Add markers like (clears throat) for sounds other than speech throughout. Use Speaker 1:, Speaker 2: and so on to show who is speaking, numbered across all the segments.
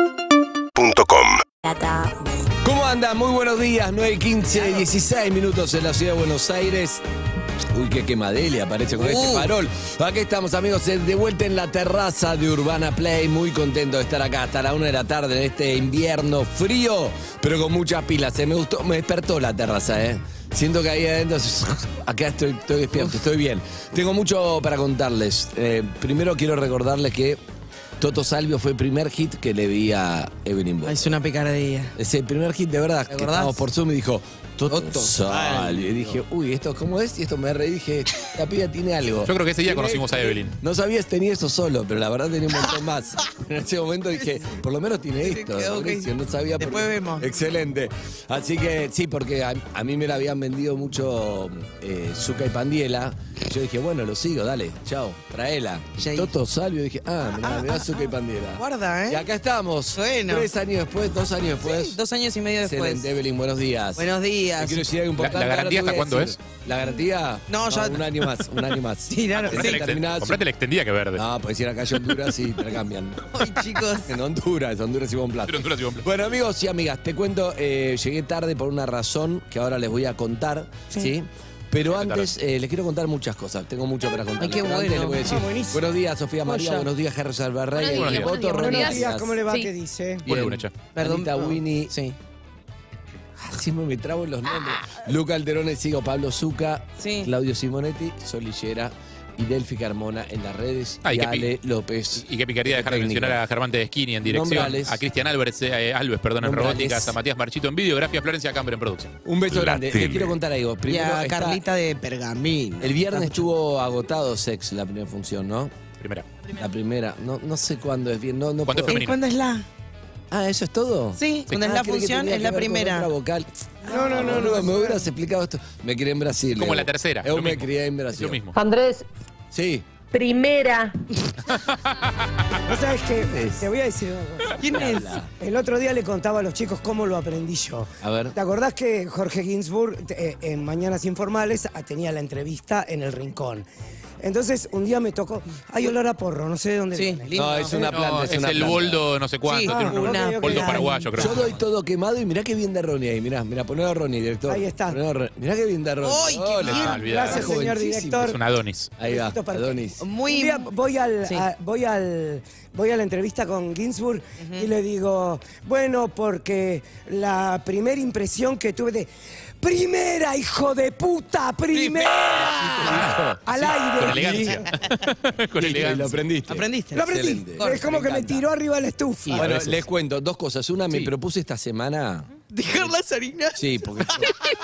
Speaker 1: UrbanaPlayFM.com
Speaker 2: ¿Cómo andan? Muy buenos días, 9, 15, 16 minutos en la ciudad de Buenos Aires. Uy, qué quemadele aparece con este farol. Aquí estamos, amigos, eh, de vuelta en la terraza de Urbana Play. Muy contento de estar acá hasta la una de la tarde en este invierno frío, pero con muchas pilas. Eh, Me gustó, me despertó la terraza, ¿eh? Siento que ahí adentro, (laughs) acá estoy, estoy despierto, estoy bien. Tengo mucho para contarles. Eh, primero quiero recordarles que Toto Salvio fue el primer hit que le vi a Evelyn Bourne.
Speaker 3: Ah, Es una picardía.
Speaker 2: Es el primer hit de verdad que
Speaker 3: acordás?
Speaker 2: estábamos por Zoom y dijo, Toto,
Speaker 3: Toto
Speaker 2: Salvio. Y dije, uy, ¿esto cómo es? Y esto me reí y dije, la piba tiene algo.
Speaker 4: Yo creo que ese día
Speaker 2: Tiene-
Speaker 4: conocimos a Evelyn.
Speaker 2: No sabía si tenía eso solo, pero la verdad tenía un montón más. En ese momento dije, por lo menos
Speaker 3: (laughs)
Speaker 2: tiene esto.
Speaker 3: quedó, ok.
Speaker 2: Mauricio, No sabía por
Speaker 3: Después
Speaker 2: qué.
Speaker 3: vemos.
Speaker 2: Excelente. Así que sí, porque a, a mí me la habían vendido mucho eh, Zucca y Pandiela. Yo dije, bueno, lo sigo, dale, chao, traela.
Speaker 3: Ya
Speaker 2: Toto Salvio, dije, ah, mirá,
Speaker 3: (laughs)
Speaker 2: mirá Zucca y Pandiela.
Speaker 3: Guarda, ¿eh?
Speaker 2: Y acá estamos.
Speaker 3: Bueno.
Speaker 2: Tres años después, dos años después.
Speaker 3: Dos años y medio después.
Speaker 2: Excelente, Evelyn, buenos días.
Speaker 3: Buenos
Speaker 2: Te
Speaker 3: días.
Speaker 2: quiero
Speaker 3: (laughs)
Speaker 2: decir algo
Speaker 4: La- la
Speaker 2: importante. ahora
Speaker 4: garantía
Speaker 2: te voy
Speaker 4: hasta
Speaker 2: a
Speaker 4: cuándo
Speaker 2: decir. ¿La garantía?
Speaker 3: No, ya-
Speaker 2: Un año más, un año más.
Speaker 3: Sí, claro,
Speaker 2: Tenés
Speaker 3: sí.
Speaker 2: que terminar su-
Speaker 4: Comprate la extendida que es verde.
Speaker 2: No, pues ir acá en Honduras y te la cambian.
Speaker 3: Ay,
Speaker 2: (laughs)
Speaker 3: chicos.
Speaker 2: En Honduras, Honduras y Bonplat.
Speaker 4: Pero en Honduras y Bonplat.
Speaker 2: Bueno, amigos y amigas, te cuento, eh, llegué tarde por una razón que ahora les voy a contar, ¿sí? Pero
Speaker 4: Llegaste
Speaker 2: antes eh, les quiero contar muchas cosas, tengo mucho para contar.
Speaker 3: qué bueno.
Speaker 2: les voy a decir.
Speaker 5: Ah, buenísimo.
Speaker 2: buenos días, Sofía María,
Speaker 5: Joya.
Speaker 2: buenos días, Gerardo Salvarrey,
Speaker 4: Buenos días,
Speaker 2: Boto,
Speaker 5: Buenos
Speaker 2: Renato
Speaker 5: días, ¿cómo le va? Te dice.
Speaker 2: Bien.
Speaker 4: Buen lunes, che.
Speaker 3: Perdón.
Speaker 2: Anita
Speaker 3: no.
Speaker 2: Winnie.
Speaker 3: Sí.
Speaker 2: Ah, Siempre me trabo en los nombres. Luca Alderone, sigo Pablo Zuca,
Speaker 3: Sí.
Speaker 2: Claudio Simonetti, Solillera y Delfi Carmona en las redes.
Speaker 4: Ah, y
Speaker 2: y
Speaker 4: que
Speaker 2: Ale López.
Speaker 4: Y qué picaría dejar de
Speaker 2: Técnico.
Speaker 4: mencionar a Germán Tedeschini en dirección,
Speaker 2: Nombrales.
Speaker 4: a Cristian Álvarez, eh, Alves, perdón, en
Speaker 2: Nombrales.
Speaker 4: robóticas, a Matías Marchito en videografía, a Florencia Cambre en producción.
Speaker 2: Un beso grande. Te
Speaker 6: Latine.
Speaker 2: quiero contar algo.
Speaker 3: Y
Speaker 2: Primero,
Speaker 3: a
Speaker 2: está-
Speaker 3: Carlita de Pergamino.
Speaker 2: el viernes estuvo agotado Sex la primera función, ¿no?
Speaker 4: Primera.
Speaker 2: La primera. No, no sé cuándo es bien. No, no
Speaker 4: ¿Cuándo
Speaker 2: puedo-
Speaker 4: es femenino?
Speaker 3: ¿Cuándo es la?
Speaker 2: Ah, ¿eso es todo?
Speaker 3: Sí, cuando es
Speaker 2: Ah,
Speaker 3: la
Speaker 2: creí que
Speaker 3: función,
Speaker 2: tenía
Speaker 3: es
Speaker 2: que
Speaker 3: la
Speaker 2: ver con
Speaker 3: primera.
Speaker 2: otra vocal.
Speaker 5: No, no, no,
Speaker 2: Boludo,
Speaker 5: no.
Speaker 2: me hubieras explicado esto. Me crié en Brasil.
Speaker 4: Como
Speaker 2: Evo.
Speaker 4: la tercera,
Speaker 2: Evo
Speaker 4: lo
Speaker 2: me
Speaker 4: mismo.
Speaker 2: crié en
Speaker 4: Es
Speaker 2: Brasil.
Speaker 4: lo mismo.
Speaker 7: Andrés,
Speaker 2: Sí.
Speaker 7: primera.
Speaker 5: ¿Vos sabés qué? Te voy a decir una cosa.
Speaker 3: ¿Quién es?
Speaker 5: El otro día le contaba a los chicos cómo lo aprendí yo.
Speaker 2: A ver.
Speaker 5: ¿Te acordás que Jorge Ginsburg te- eh, en Mañanas Informales ah, tenía la entrevista en el rincón? Entonces, un día me tocó. Hay olor a porro, no sé de dónde
Speaker 3: Sí,
Speaker 5: viene.
Speaker 3: lindo.
Speaker 2: No, es una
Speaker 4: No,
Speaker 2: planta.
Speaker 4: es,
Speaker 2: una
Speaker 4: el
Speaker 2: planta.
Speaker 4: boldo no sé cuánto,
Speaker 3: Sí, Ah,
Speaker 4: tiene un
Speaker 5: una-
Speaker 4: boldo
Speaker 5: ok.
Speaker 4: paraguayo, creo.
Speaker 2: Yo doy todo quemado y mirá qué bien de Ronnie ahí. Mirá, mirá, ponelo a Ronnie, director.
Speaker 5: Ahí está.
Speaker 2: Ponelo a Ronnie. Mirá qué bien de Ronnie.
Speaker 3: ¡Ay, qué
Speaker 2: Hola.
Speaker 4: bien!
Speaker 2: Ah, olvidate.
Speaker 5: Gracias,
Speaker 2: Ah,
Speaker 5: señor
Speaker 2: jovencísimo.
Speaker 5: director.
Speaker 4: Es un Adonis.
Speaker 2: Ahí va,
Speaker 5: Besito para-
Speaker 2: Adonis.
Speaker 5: Un
Speaker 3: Muy.
Speaker 5: día voy al,
Speaker 3: Sí.
Speaker 5: a- voy al voy a la entrevista con Ginsburg y le digo, bueno, porque la primera impresión que tuve de primera hijo de puta, primera al
Speaker 4: Con
Speaker 5: aire.
Speaker 2: (laughs)
Speaker 4: elegancia. Con
Speaker 2: Listo, y Lo
Speaker 4: elegancia.
Speaker 2: aprendiste.
Speaker 3: Aprendiste.
Speaker 5: Lo aprendí.
Speaker 2: Excelente.
Speaker 5: Es como
Speaker 2: Me
Speaker 5: que me
Speaker 2: encanta.
Speaker 5: tiró arriba de la estufa. Ah,
Speaker 2: Bueno,
Speaker 4: a veces.
Speaker 2: les cuento dos cosas. Una, me
Speaker 4: Sí.
Speaker 2: propuse esta semana.
Speaker 3: Dejar las harinas.
Speaker 2: Sí, porque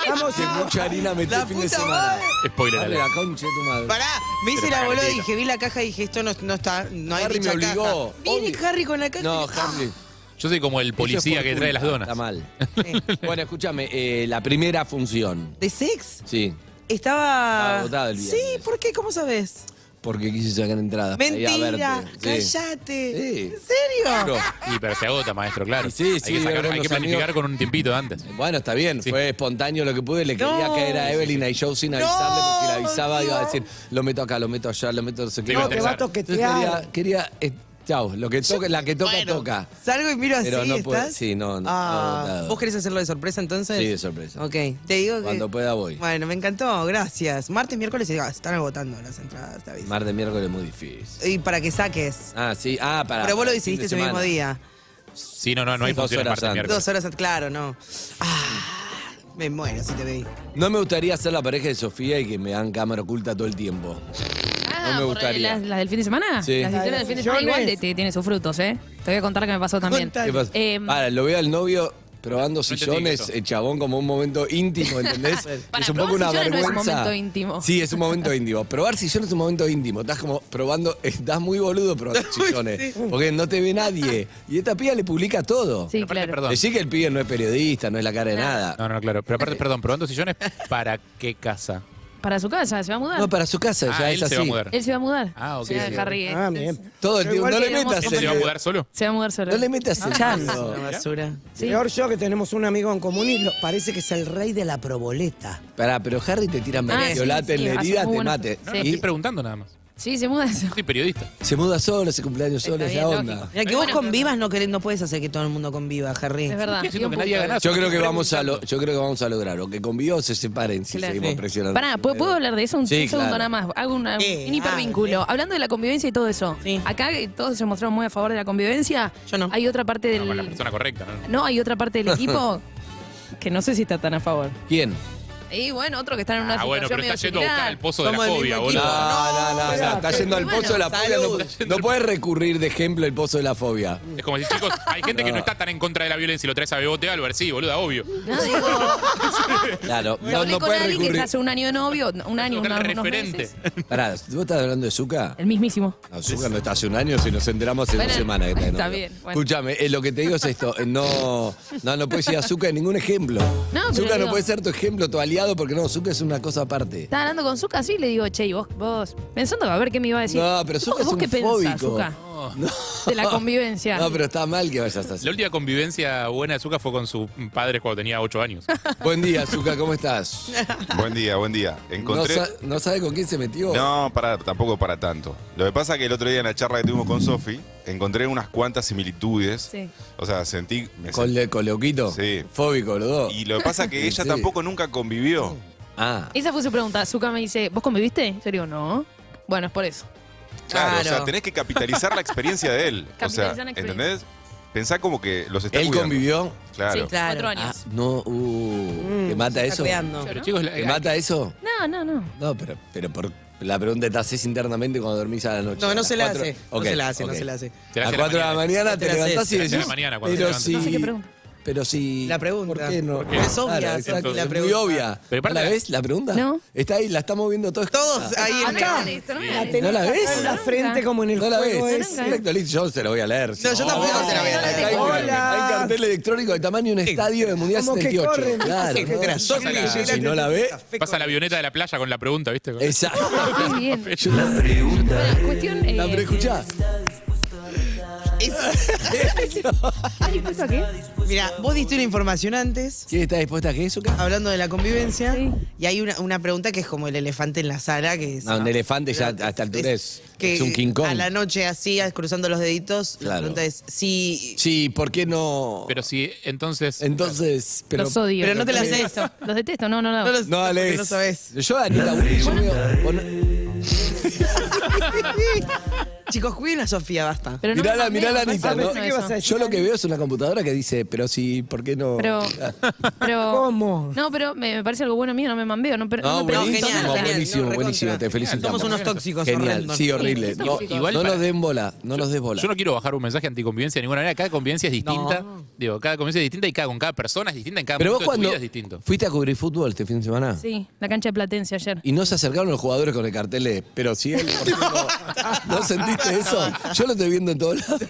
Speaker 5: Vamos,
Speaker 2: que mucha harina metí
Speaker 3: La
Speaker 2: el fin de
Speaker 3: puta
Speaker 2: semana.
Speaker 3: madre.
Speaker 4: Spoiler
Speaker 2: Dale
Speaker 4: alert.
Speaker 2: la concha de tu madre.
Speaker 3: Pará, me hice
Speaker 4: Pero
Speaker 3: la
Speaker 4: está
Speaker 3: boluda y
Speaker 4: calentita.
Speaker 3: dije, vi la caja y dije, esto no, no está, no hay
Speaker 2: Harry me
Speaker 3: dicha
Speaker 2: obligó.
Speaker 3: caja. Viene
Speaker 2: Obvio.
Speaker 3: Harry con la caja.
Speaker 2: No,
Speaker 3: y- ¡Ah!
Speaker 2: Harry.
Speaker 4: Yo soy como el
Speaker 2: Eso
Speaker 4: policía
Speaker 2: es
Speaker 4: que
Speaker 2: por
Speaker 4: trae las
Speaker 2: culpa,
Speaker 4: donas.
Speaker 2: Está mal. (laughs)
Speaker 3: Sí.
Speaker 2: Bueno, escúchame, eh, la primera función.
Speaker 3: "Ah, ¿De sex?
Speaker 2: Sí, Estaba
Speaker 3: Estaba...
Speaker 2: agotado el viernes.
Speaker 3: Sí, ¿por qué? ¿Cómo sabes?
Speaker 2: porque quise sacar entradas. para ir a
Speaker 3: Mentira,
Speaker 2: verte. Sí.
Speaker 3: cállate.
Speaker 2: Sí.
Speaker 3: ¿En serio?
Speaker 2: Claro.
Speaker 4: Y pero se agota, maestro, claro.
Speaker 2: Y sí, sí,
Speaker 4: hay que, sacar-
Speaker 2: habrá
Speaker 4: hay
Speaker 2: unos
Speaker 4: que planificar
Speaker 2: amigos-
Speaker 4: con un tiempito antes.
Speaker 2: Bueno, está bien,
Speaker 4: Sí.
Speaker 2: fue espontáneo lo que pude. Le
Speaker 3: No.
Speaker 2: quería caer a Evelyn y yo sin
Speaker 3: No,
Speaker 2: avisarle, porque si la avisaba iba a
Speaker 3: no.
Speaker 2: decir, lo meto acá, lo meto allá, lo meto no sé qué.
Speaker 4: Te iba a
Speaker 5: no, te va a
Speaker 4: interesar.
Speaker 2: Entonces
Speaker 5: toquetear.
Speaker 2: quería, quería eh, chau, lo que toca, la que toca,
Speaker 3: Bueno,
Speaker 2: toca.
Speaker 3: Salgo y miro así,
Speaker 2: Pero no
Speaker 3: ¿estás?
Speaker 2: puedo- sí, no, no,
Speaker 3: Ah,
Speaker 2: agotado.
Speaker 3: ¿Vos querés hacerlo de sorpresa entonces?
Speaker 2: Sí, de sorpresa.
Speaker 3: Ok, te digo que...
Speaker 2: Cuando pueda voy.
Speaker 3: Bueno, me encantó, gracias. Martes, miércoles, y- ah, están agotando las entradas, te aviso.
Speaker 2: Mar de miércoles muy difícil.
Speaker 3: Y para que saques.
Speaker 2: Ah, sí, ah, para.
Speaker 3: Pero vos lo
Speaker 2: para el fin
Speaker 3: decidiste
Speaker 2: de
Speaker 3: ese mismo
Speaker 2: semana.
Speaker 3: día.
Speaker 4: Sí, no, no, no
Speaker 2: Sí,
Speaker 4: hay
Speaker 2: dos
Speaker 4: funciones
Speaker 2: horas
Speaker 4: martes,
Speaker 2: antes.
Speaker 4: miércoles.
Speaker 3: Dos horas, an- claro, no. Ah, me muero si te veí.
Speaker 2: No me gustaría ser la pareja de Sofía y que me dan cámara oculta todo el tiempo.
Speaker 8: Ah,
Speaker 2: No me
Speaker 8: por
Speaker 2: gustaría.
Speaker 8: ¿Las, las del fin de semana?
Speaker 2: Sí.
Speaker 8: Las
Speaker 5: Las
Speaker 8: editoriales del fin de semana
Speaker 5: sesiones.
Speaker 8: igual te- te- tiene sus frutos, ¿eh? Te voy a contar que me pasó también.
Speaker 3: Contá.
Speaker 2: ¿Qué pasa?
Speaker 8: Eh,
Speaker 2: Ahora, lo veo al novio probando
Speaker 4: entendí
Speaker 2: sillones,
Speaker 4: eso.
Speaker 2: el chabón como un momento íntimo,
Speaker 8: (laughs)
Speaker 2: ¿entendés?
Speaker 8: Para
Speaker 2: es un
Speaker 8: probar
Speaker 2: poco una
Speaker 8: sillones no es
Speaker 2: vergüenza.
Speaker 8: un momento íntimo.
Speaker 2: Sí, es un momento íntimo. Probar sillones es un momento íntimo. Estás como probando, eh, estás muy boludo probando sillones. Porque no te ve nadie. Y esta piba le publica todo.
Speaker 8: Sí,
Speaker 4: Aparte,
Speaker 8: claro.
Speaker 4: perdón.
Speaker 2: Decí que el pibe no es periodista, no es la cara de nada.
Speaker 4: No, no, no, claro. Pero aparte, perdón, probando sillones, ¿para qué casa?
Speaker 8: Para su casa, se va a mudar.
Speaker 2: No, para su casa,
Speaker 4: Ah,
Speaker 2: ya
Speaker 4: él
Speaker 2: es
Speaker 4: se
Speaker 2: así.
Speaker 4: va a mudar.
Speaker 8: Él se va a mudar.
Speaker 4: Ah, ok.
Speaker 8: Se va a dejar ir.
Speaker 5: Ah, bien.
Speaker 2: Todo el
Speaker 5: Yo
Speaker 2: tiempo. No
Speaker 5: igual
Speaker 2: le
Speaker 5: tenemos
Speaker 2: metas
Speaker 4: ¿Él
Speaker 2: el
Speaker 4: se va a
Speaker 2: dedo.
Speaker 4: mudar solo?
Speaker 8: Se va a mudar solo.
Speaker 2: No le metas el dedo.
Speaker 3: Una basura.
Speaker 5: Peor yo que tenemos un amigo en común y lo- parece que es el rey de la proboleta.
Speaker 2: Pará, pero Harry te tira
Speaker 8: Ah,
Speaker 2: mertiolate
Speaker 8: sí, sí,
Speaker 2: en la
Speaker 8: hace
Speaker 2: herida,
Speaker 8: muy
Speaker 2: te
Speaker 8: buenas-
Speaker 2: mate.
Speaker 4: No,
Speaker 8: Sí.
Speaker 4: no,
Speaker 2: Y-
Speaker 4: estoy preguntando nada más.
Speaker 8: Sí, se muda eso.
Speaker 4: Soy periodista.
Speaker 2: Se muda solo, hace cumpleaños solo,
Speaker 8: Está
Speaker 2: es
Speaker 8: bien,
Speaker 2: la onda.
Speaker 8: lógico.
Speaker 3: Mira, que
Speaker 8: Eh,
Speaker 3: vos
Speaker 8: bueno,
Speaker 3: convivas no, querés, no puedes hacer que todo el mundo conviva, Harry.
Speaker 8: Es verdad.
Speaker 4: Estoy haciendo
Speaker 8: Bien
Speaker 4: que nadie haga
Speaker 8: punto.
Speaker 4: nada.
Speaker 2: Yo creo que vamos a lo, yo creo que vamos a lograr, o que con Bio se separen si
Speaker 8: Claro.
Speaker 2: seguimos
Speaker 8: Sí.
Speaker 2: presionando.
Speaker 8: Pará, ¿puedo, puedo hablar de eso? Un,
Speaker 2: Sí,
Speaker 8: un segundo
Speaker 2: claro.
Speaker 8: nada más. Hago una-
Speaker 3: Eh,
Speaker 8: un hipervínculo.
Speaker 3: ah, eh.
Speaker 8: Hablando de la convivencia y todo eso.
Speaker 3: Sí.
Speaker 8: Acá eh, todos se mostraron muy a favor de la convivencia.
Speaker 3: Yo no.
Speaker 8: Hay otra parte
Speaker 4: No,
Speaker 8: del.
Speaker 4: con la persona correcta, ¿no?
Speaker 8: no, hay otra parte del equipo que no sé si está tan a favor.
Speaker 2: ¿Quién?
Speaker 8: Y bueno, otro que está en una
Speaker 4: Ah,
Speaker 8: situación
Speaker 4: bueno, pero
Speaker 8: medio
Speaker 4: está yendo a
Speaker 8: similar.
Speaker 4: buscar el pozo de la
Speaker 3: Somos del
Speaker 4: fobia,
Speaker 3: mismo
Speaker 2: No,
Speaker 3: equipo.
Speaker 4: boludo.
Speaker 2: no, no, no, está yendo al
Speaker 8: Bueno,
Speaker 2: pozo de la fobia.
Speaker 3: salud.
Speaker 2: No, no puedes recurrir de ejemplo el pozo de la fobia.
Speaker 4: Es como decir, chicos, hay gente que no está tan en contra de la violencia y lo traes a Bebote Álvarez, sí, boluda, obvio.
Speaker 8: No, digo,
Speaker 2: Claro, no,
Speaker 8: hablé
Speaker 2: no
Speaker 8: con
Speaker 2: puedes
Speaker 8: alguien que
Speaker 2: recurrir.
Speaker 8: está hace un año de novio, un año,
Speaker 4: Total
Speaker 8: una, unos
Speaker 4: referente.
Speaker 8: meses.
Speaker 2: Pará, ¿vos estás hablando de Zuka?
Speaker 8: El mismísimo.
Speaker 2: No, Zuka no está hace un año, si nos enteramos hace
Speaker 8: Bueno,
Speaker 2: dos semanas que está, de
Speaker 8: está
Speaker 2: novio.
Speaker 8: bien, bueno.
Speaker 2: Escúchame, eh, lo que te digo es esto, eh, no, no, no puedes ir a Zuka en ningún ejemplo.
Speaker 8: No, pero
Speaker 2: Zuka no
Speaker 8: digo-
Speaker 2: puede ser tu ejemplo, tu aliado, porque no, Zuka es una cosa aparte.
Speaker 8: Estaba hablando con Zuka así y le digo, che, y vos, vos, pensando a ver qué me iba a decir.
Speaker 2: No, pero
Speaker 8: ¿Vos-
Speaker 2: Zuka es
Speaker 8: ¿Vos
Speaker 2: un
Speaker 8: qué pensás,
Speaker 2: fóbico.
Speaker 8: Zuka? De la convivencia.
Speaker 2: No, pero está mal que vayas
Speaker 4: La
Speaker 2: así.
Speaker 4: última convivencia buena de Zuka fue con sus padres cuando tenía 8 años.
Speaker 2: Buen día, Zuka, ¿cómo estás?
Speaker 1: Buen día, buen día.
Speaker 2: No,
Speaker 1: Encontré.
Speaker 2: sa- no sabe con quién se metió.
Speaker 1: No, para, tampoco para tanto. Lo que pasa es que el otro día en la charla que tuvimos con Sofi, encontré unas cuantas similitudes.
Speaker 8: Sí.
Speaker 1: O sea, sentí. me
Speaker 2: Con, le- con Loquito.
Speaker 1: Sí.
Speaker 2: Fóbico, los dos.
Speaker 1: sentí- y lo que pasa es que
Speaker 2: (laughs) ¿En
Speaker 1: ella
Speaker 2: serio?
Speaker 1: tampoco nunca convivió.
Speaker 2: Ah.
Speaker 8: Esa fue su pregunta. Zuka me dice, ¿vos conviviste? Yo le digo, no. Bueno, es por eso.
Speaker 1: Claro, o sea,
Speaker 3: Claro.
Speaker 1: tenés que capitalizar la experiencia de él. O sea,
Speaker 8: Capitalizar la experiencia.
Speaker 1: ¿entendés? Pensá como que los está
Speaker 2: ¿Él
Speaker 1: cuidando.
Speaker 2: convivió?
Speaker 1: Claro.
Speaker 8: Sí,
Speaker 3: Claro.
Speaker 8: cuatro
Speaker 2: Ah,
Speaker 8: años.
Speaker 2: no, uh. ¿Te mata
Speaker 3: Mm, Está
Speaker 2: eso?
Speaker 3: cuidando.
Speaker 4: Pero chicos, la-
Speaker 2: ¿Te mata eso?
Speaker 8: No, no, no.
Speaker 2: No, pero, pero por, la pregunta te haces internamente cuando dormís a la noche.
Speaker 3: No,
Speaker 2: A
Speaker 3: no
Speaker 2: las
Speaker 3: se la
Speaker 2: cuatro-
Speaker 3: hace.
Speaker 2: Ok,
Speaker 3: No se la hace,
Speaker 2: ok.
Speaker 3: no se la hace.
Speaker 4: Te la
Speaker 2: a
Speaker 4: hace
Speaker 2: 4 de la mañana te
Speaker 3: No te la haces,
Speaker 2: levantás y
Speaker 3: te la
Speaker 2: decís.
Speaker 4: hace la mañana cuando
Speaker 2: pero
Speaker 4: te
Speaker 2: si.
Speaker 4: levantas".
Speaker 8: No sé qué pregunta.
Speaker 2: Pero si.
Speaker 3: La pregunta.
Speaker 2: ¿Por qué no?
Speaker 3: Porque es obvia, Sofi, la
Speaker 2: es muy
Speaker 3: pregunta.
Speaker 2: obvia.
Speaker 4: Pero aparte-
Speaker 2: ¿No ¿La ves la pregunta?
Speaker 8: No.
Speaker 2: Está ahí, la estamos viendo todos.
Speaker 3: Todos ahí en
Speaker 8: Acá.
Speaker 3: el-
Speaker 8: La
Speaker 2: ¿No la ves?
Speaker 5: En la frente como en el
Speaker 2: No la ves.
Speaker 5: juego
Speaker 8: ese.
Speaker 2: Perfecto, listo, yo se la voy a leer.
Speaker 3: No, yo tampoco se la voy a leer.
Speaker 2: Acá hay-
Speaker 5: Hola.
Speaker 2: Hay cartel electrónico de tamaño de un estadio de Mundial
Speaker 5: Como que
Speaker 2: 78.
Speaker 5: corren,
Speaker 2: claro.
Speaker 5: ¿viste? Que
Speaker 2: ¿no?
Speaker 5: grasón
Speaker 4: que
Speaker 2: Si
Speaker 4: llegan.
Speaker 2: no la
Speaker 3: (laughs)
Speaker 2: ve,
Speaker 4: Pasa la avioneta de la playa con la pregunta, ¿viste? Con-
Speaker 2: exacto.
Speaker 8: Muy bien.
Speaker 2: (laughs) Yo la pregunta.
Speaker 8: Bueno, cuestión. eh,
Speaker 2: La pero
Speaker 5: (laughs)
Speaker 2: escuchá.
Speaker 8: ¿Estás dispuesto a qué?
Speaker 3: Mira, vos diste una información antes,
Speaker 2: ¿Quién está dispuesta a que eso? Ca?
Speaker 3: hablando de la convivencia,
Speaker 8: Sí.
Speaker 3: y hay una, una pregunta que es como el elefante en la sala, que es...
Speaker 2: No, un elefante ya a esta altura es, es un King Kong.
Speaker 3: A la noche así, cruzando los deditos,
Speaker 2: Claro.
Speaker 3: la pregunta es si...
Speaker 2: Sí, ¿por qué no?
Speaker 4: Pero si entonces.
Speaker 2: Entonces, pero.
Speaker 8: Los odio.
Speaker 3: Pero no te la
Speaker 8: Los
Speaker 3: sé.
Speaker 8: detesto. Los detesto, no, no, no.
Speaker 3: No lo sé,
Speaker 2: No,
Speaker 3: porque
Speaker 2: Alex.
Speaker 3: No sabes.
Speaker 2: Yo, Anita, Willy, yo veo- o no-
Speaker 3: (laughs) Chicos, cuiden a Sofía, basta.
Speaker 8: Pero no me
Speaker 2: Mirala,
Speaker 8: mandé,
Speaker 2: mirala,
Speaker 8: me parece
Speaker 2: Anita,
Speaker 8: bueno
Speaker 2: ¿no?
Speaker 8: eso.
Speaker 5: Ah, ibas a decir?
Speaker 2: yo lo que veo es una computadora que dice, pero sí, ¿por qué no?
Speaker 5: (laughs)
Speaker 8: Pero, pero.
Speaker 5: ¿Cómo?
Speaker 8: No, pero me, me parece algo bueno mío, no me mambeo. No, per-
Speaker 2: No,
Speaker 8: no per-
Speaker 2: buenísimo,
Speaker 3: genial, genial,
Speaker 2: buenísimo,
Speaker 3: no,
Speaker 2: buenísimo.
Speaker 3: recontra.
Speaker 2: Te felicitamos.
Speaker 3: Somos unos tóxicos,
Speaker 2: Genial,
Speaker 3: horrendo.
Speaker 2: sí, horrible.
Speaker 8: Sí,
Speaker 2: No,
Speaker 8: tóxicos.
Speaker 2: igual
Speaker 8: Igual
Speaker 2: no
Speaker 4: para-
Speaker 2: nos den bola, no nos des bola.
Speaker 4: Yo no quiero bajar un mensaje anticonvivencia de ninguna manera. Cada convivencia es distinta. Digo, cada convivencia es distinta y cada, con cada persona es distinta. En cada
Speaker 2: Pero vos
Speaker 4: momento de tu
Speaker 2: cuando
Speaker 4: vida es distinto.
Speaker 2: fuiste a cubrir fútbol este fin de semana
Speaker 8: Sí, la cancha de Platense ayer.
Speaker 2: y no se acercaron los jugadores con el cartel de, pero si él, ¿por qué no? ¿No sentiste eso? Yo lo estoy viendo en todos lados.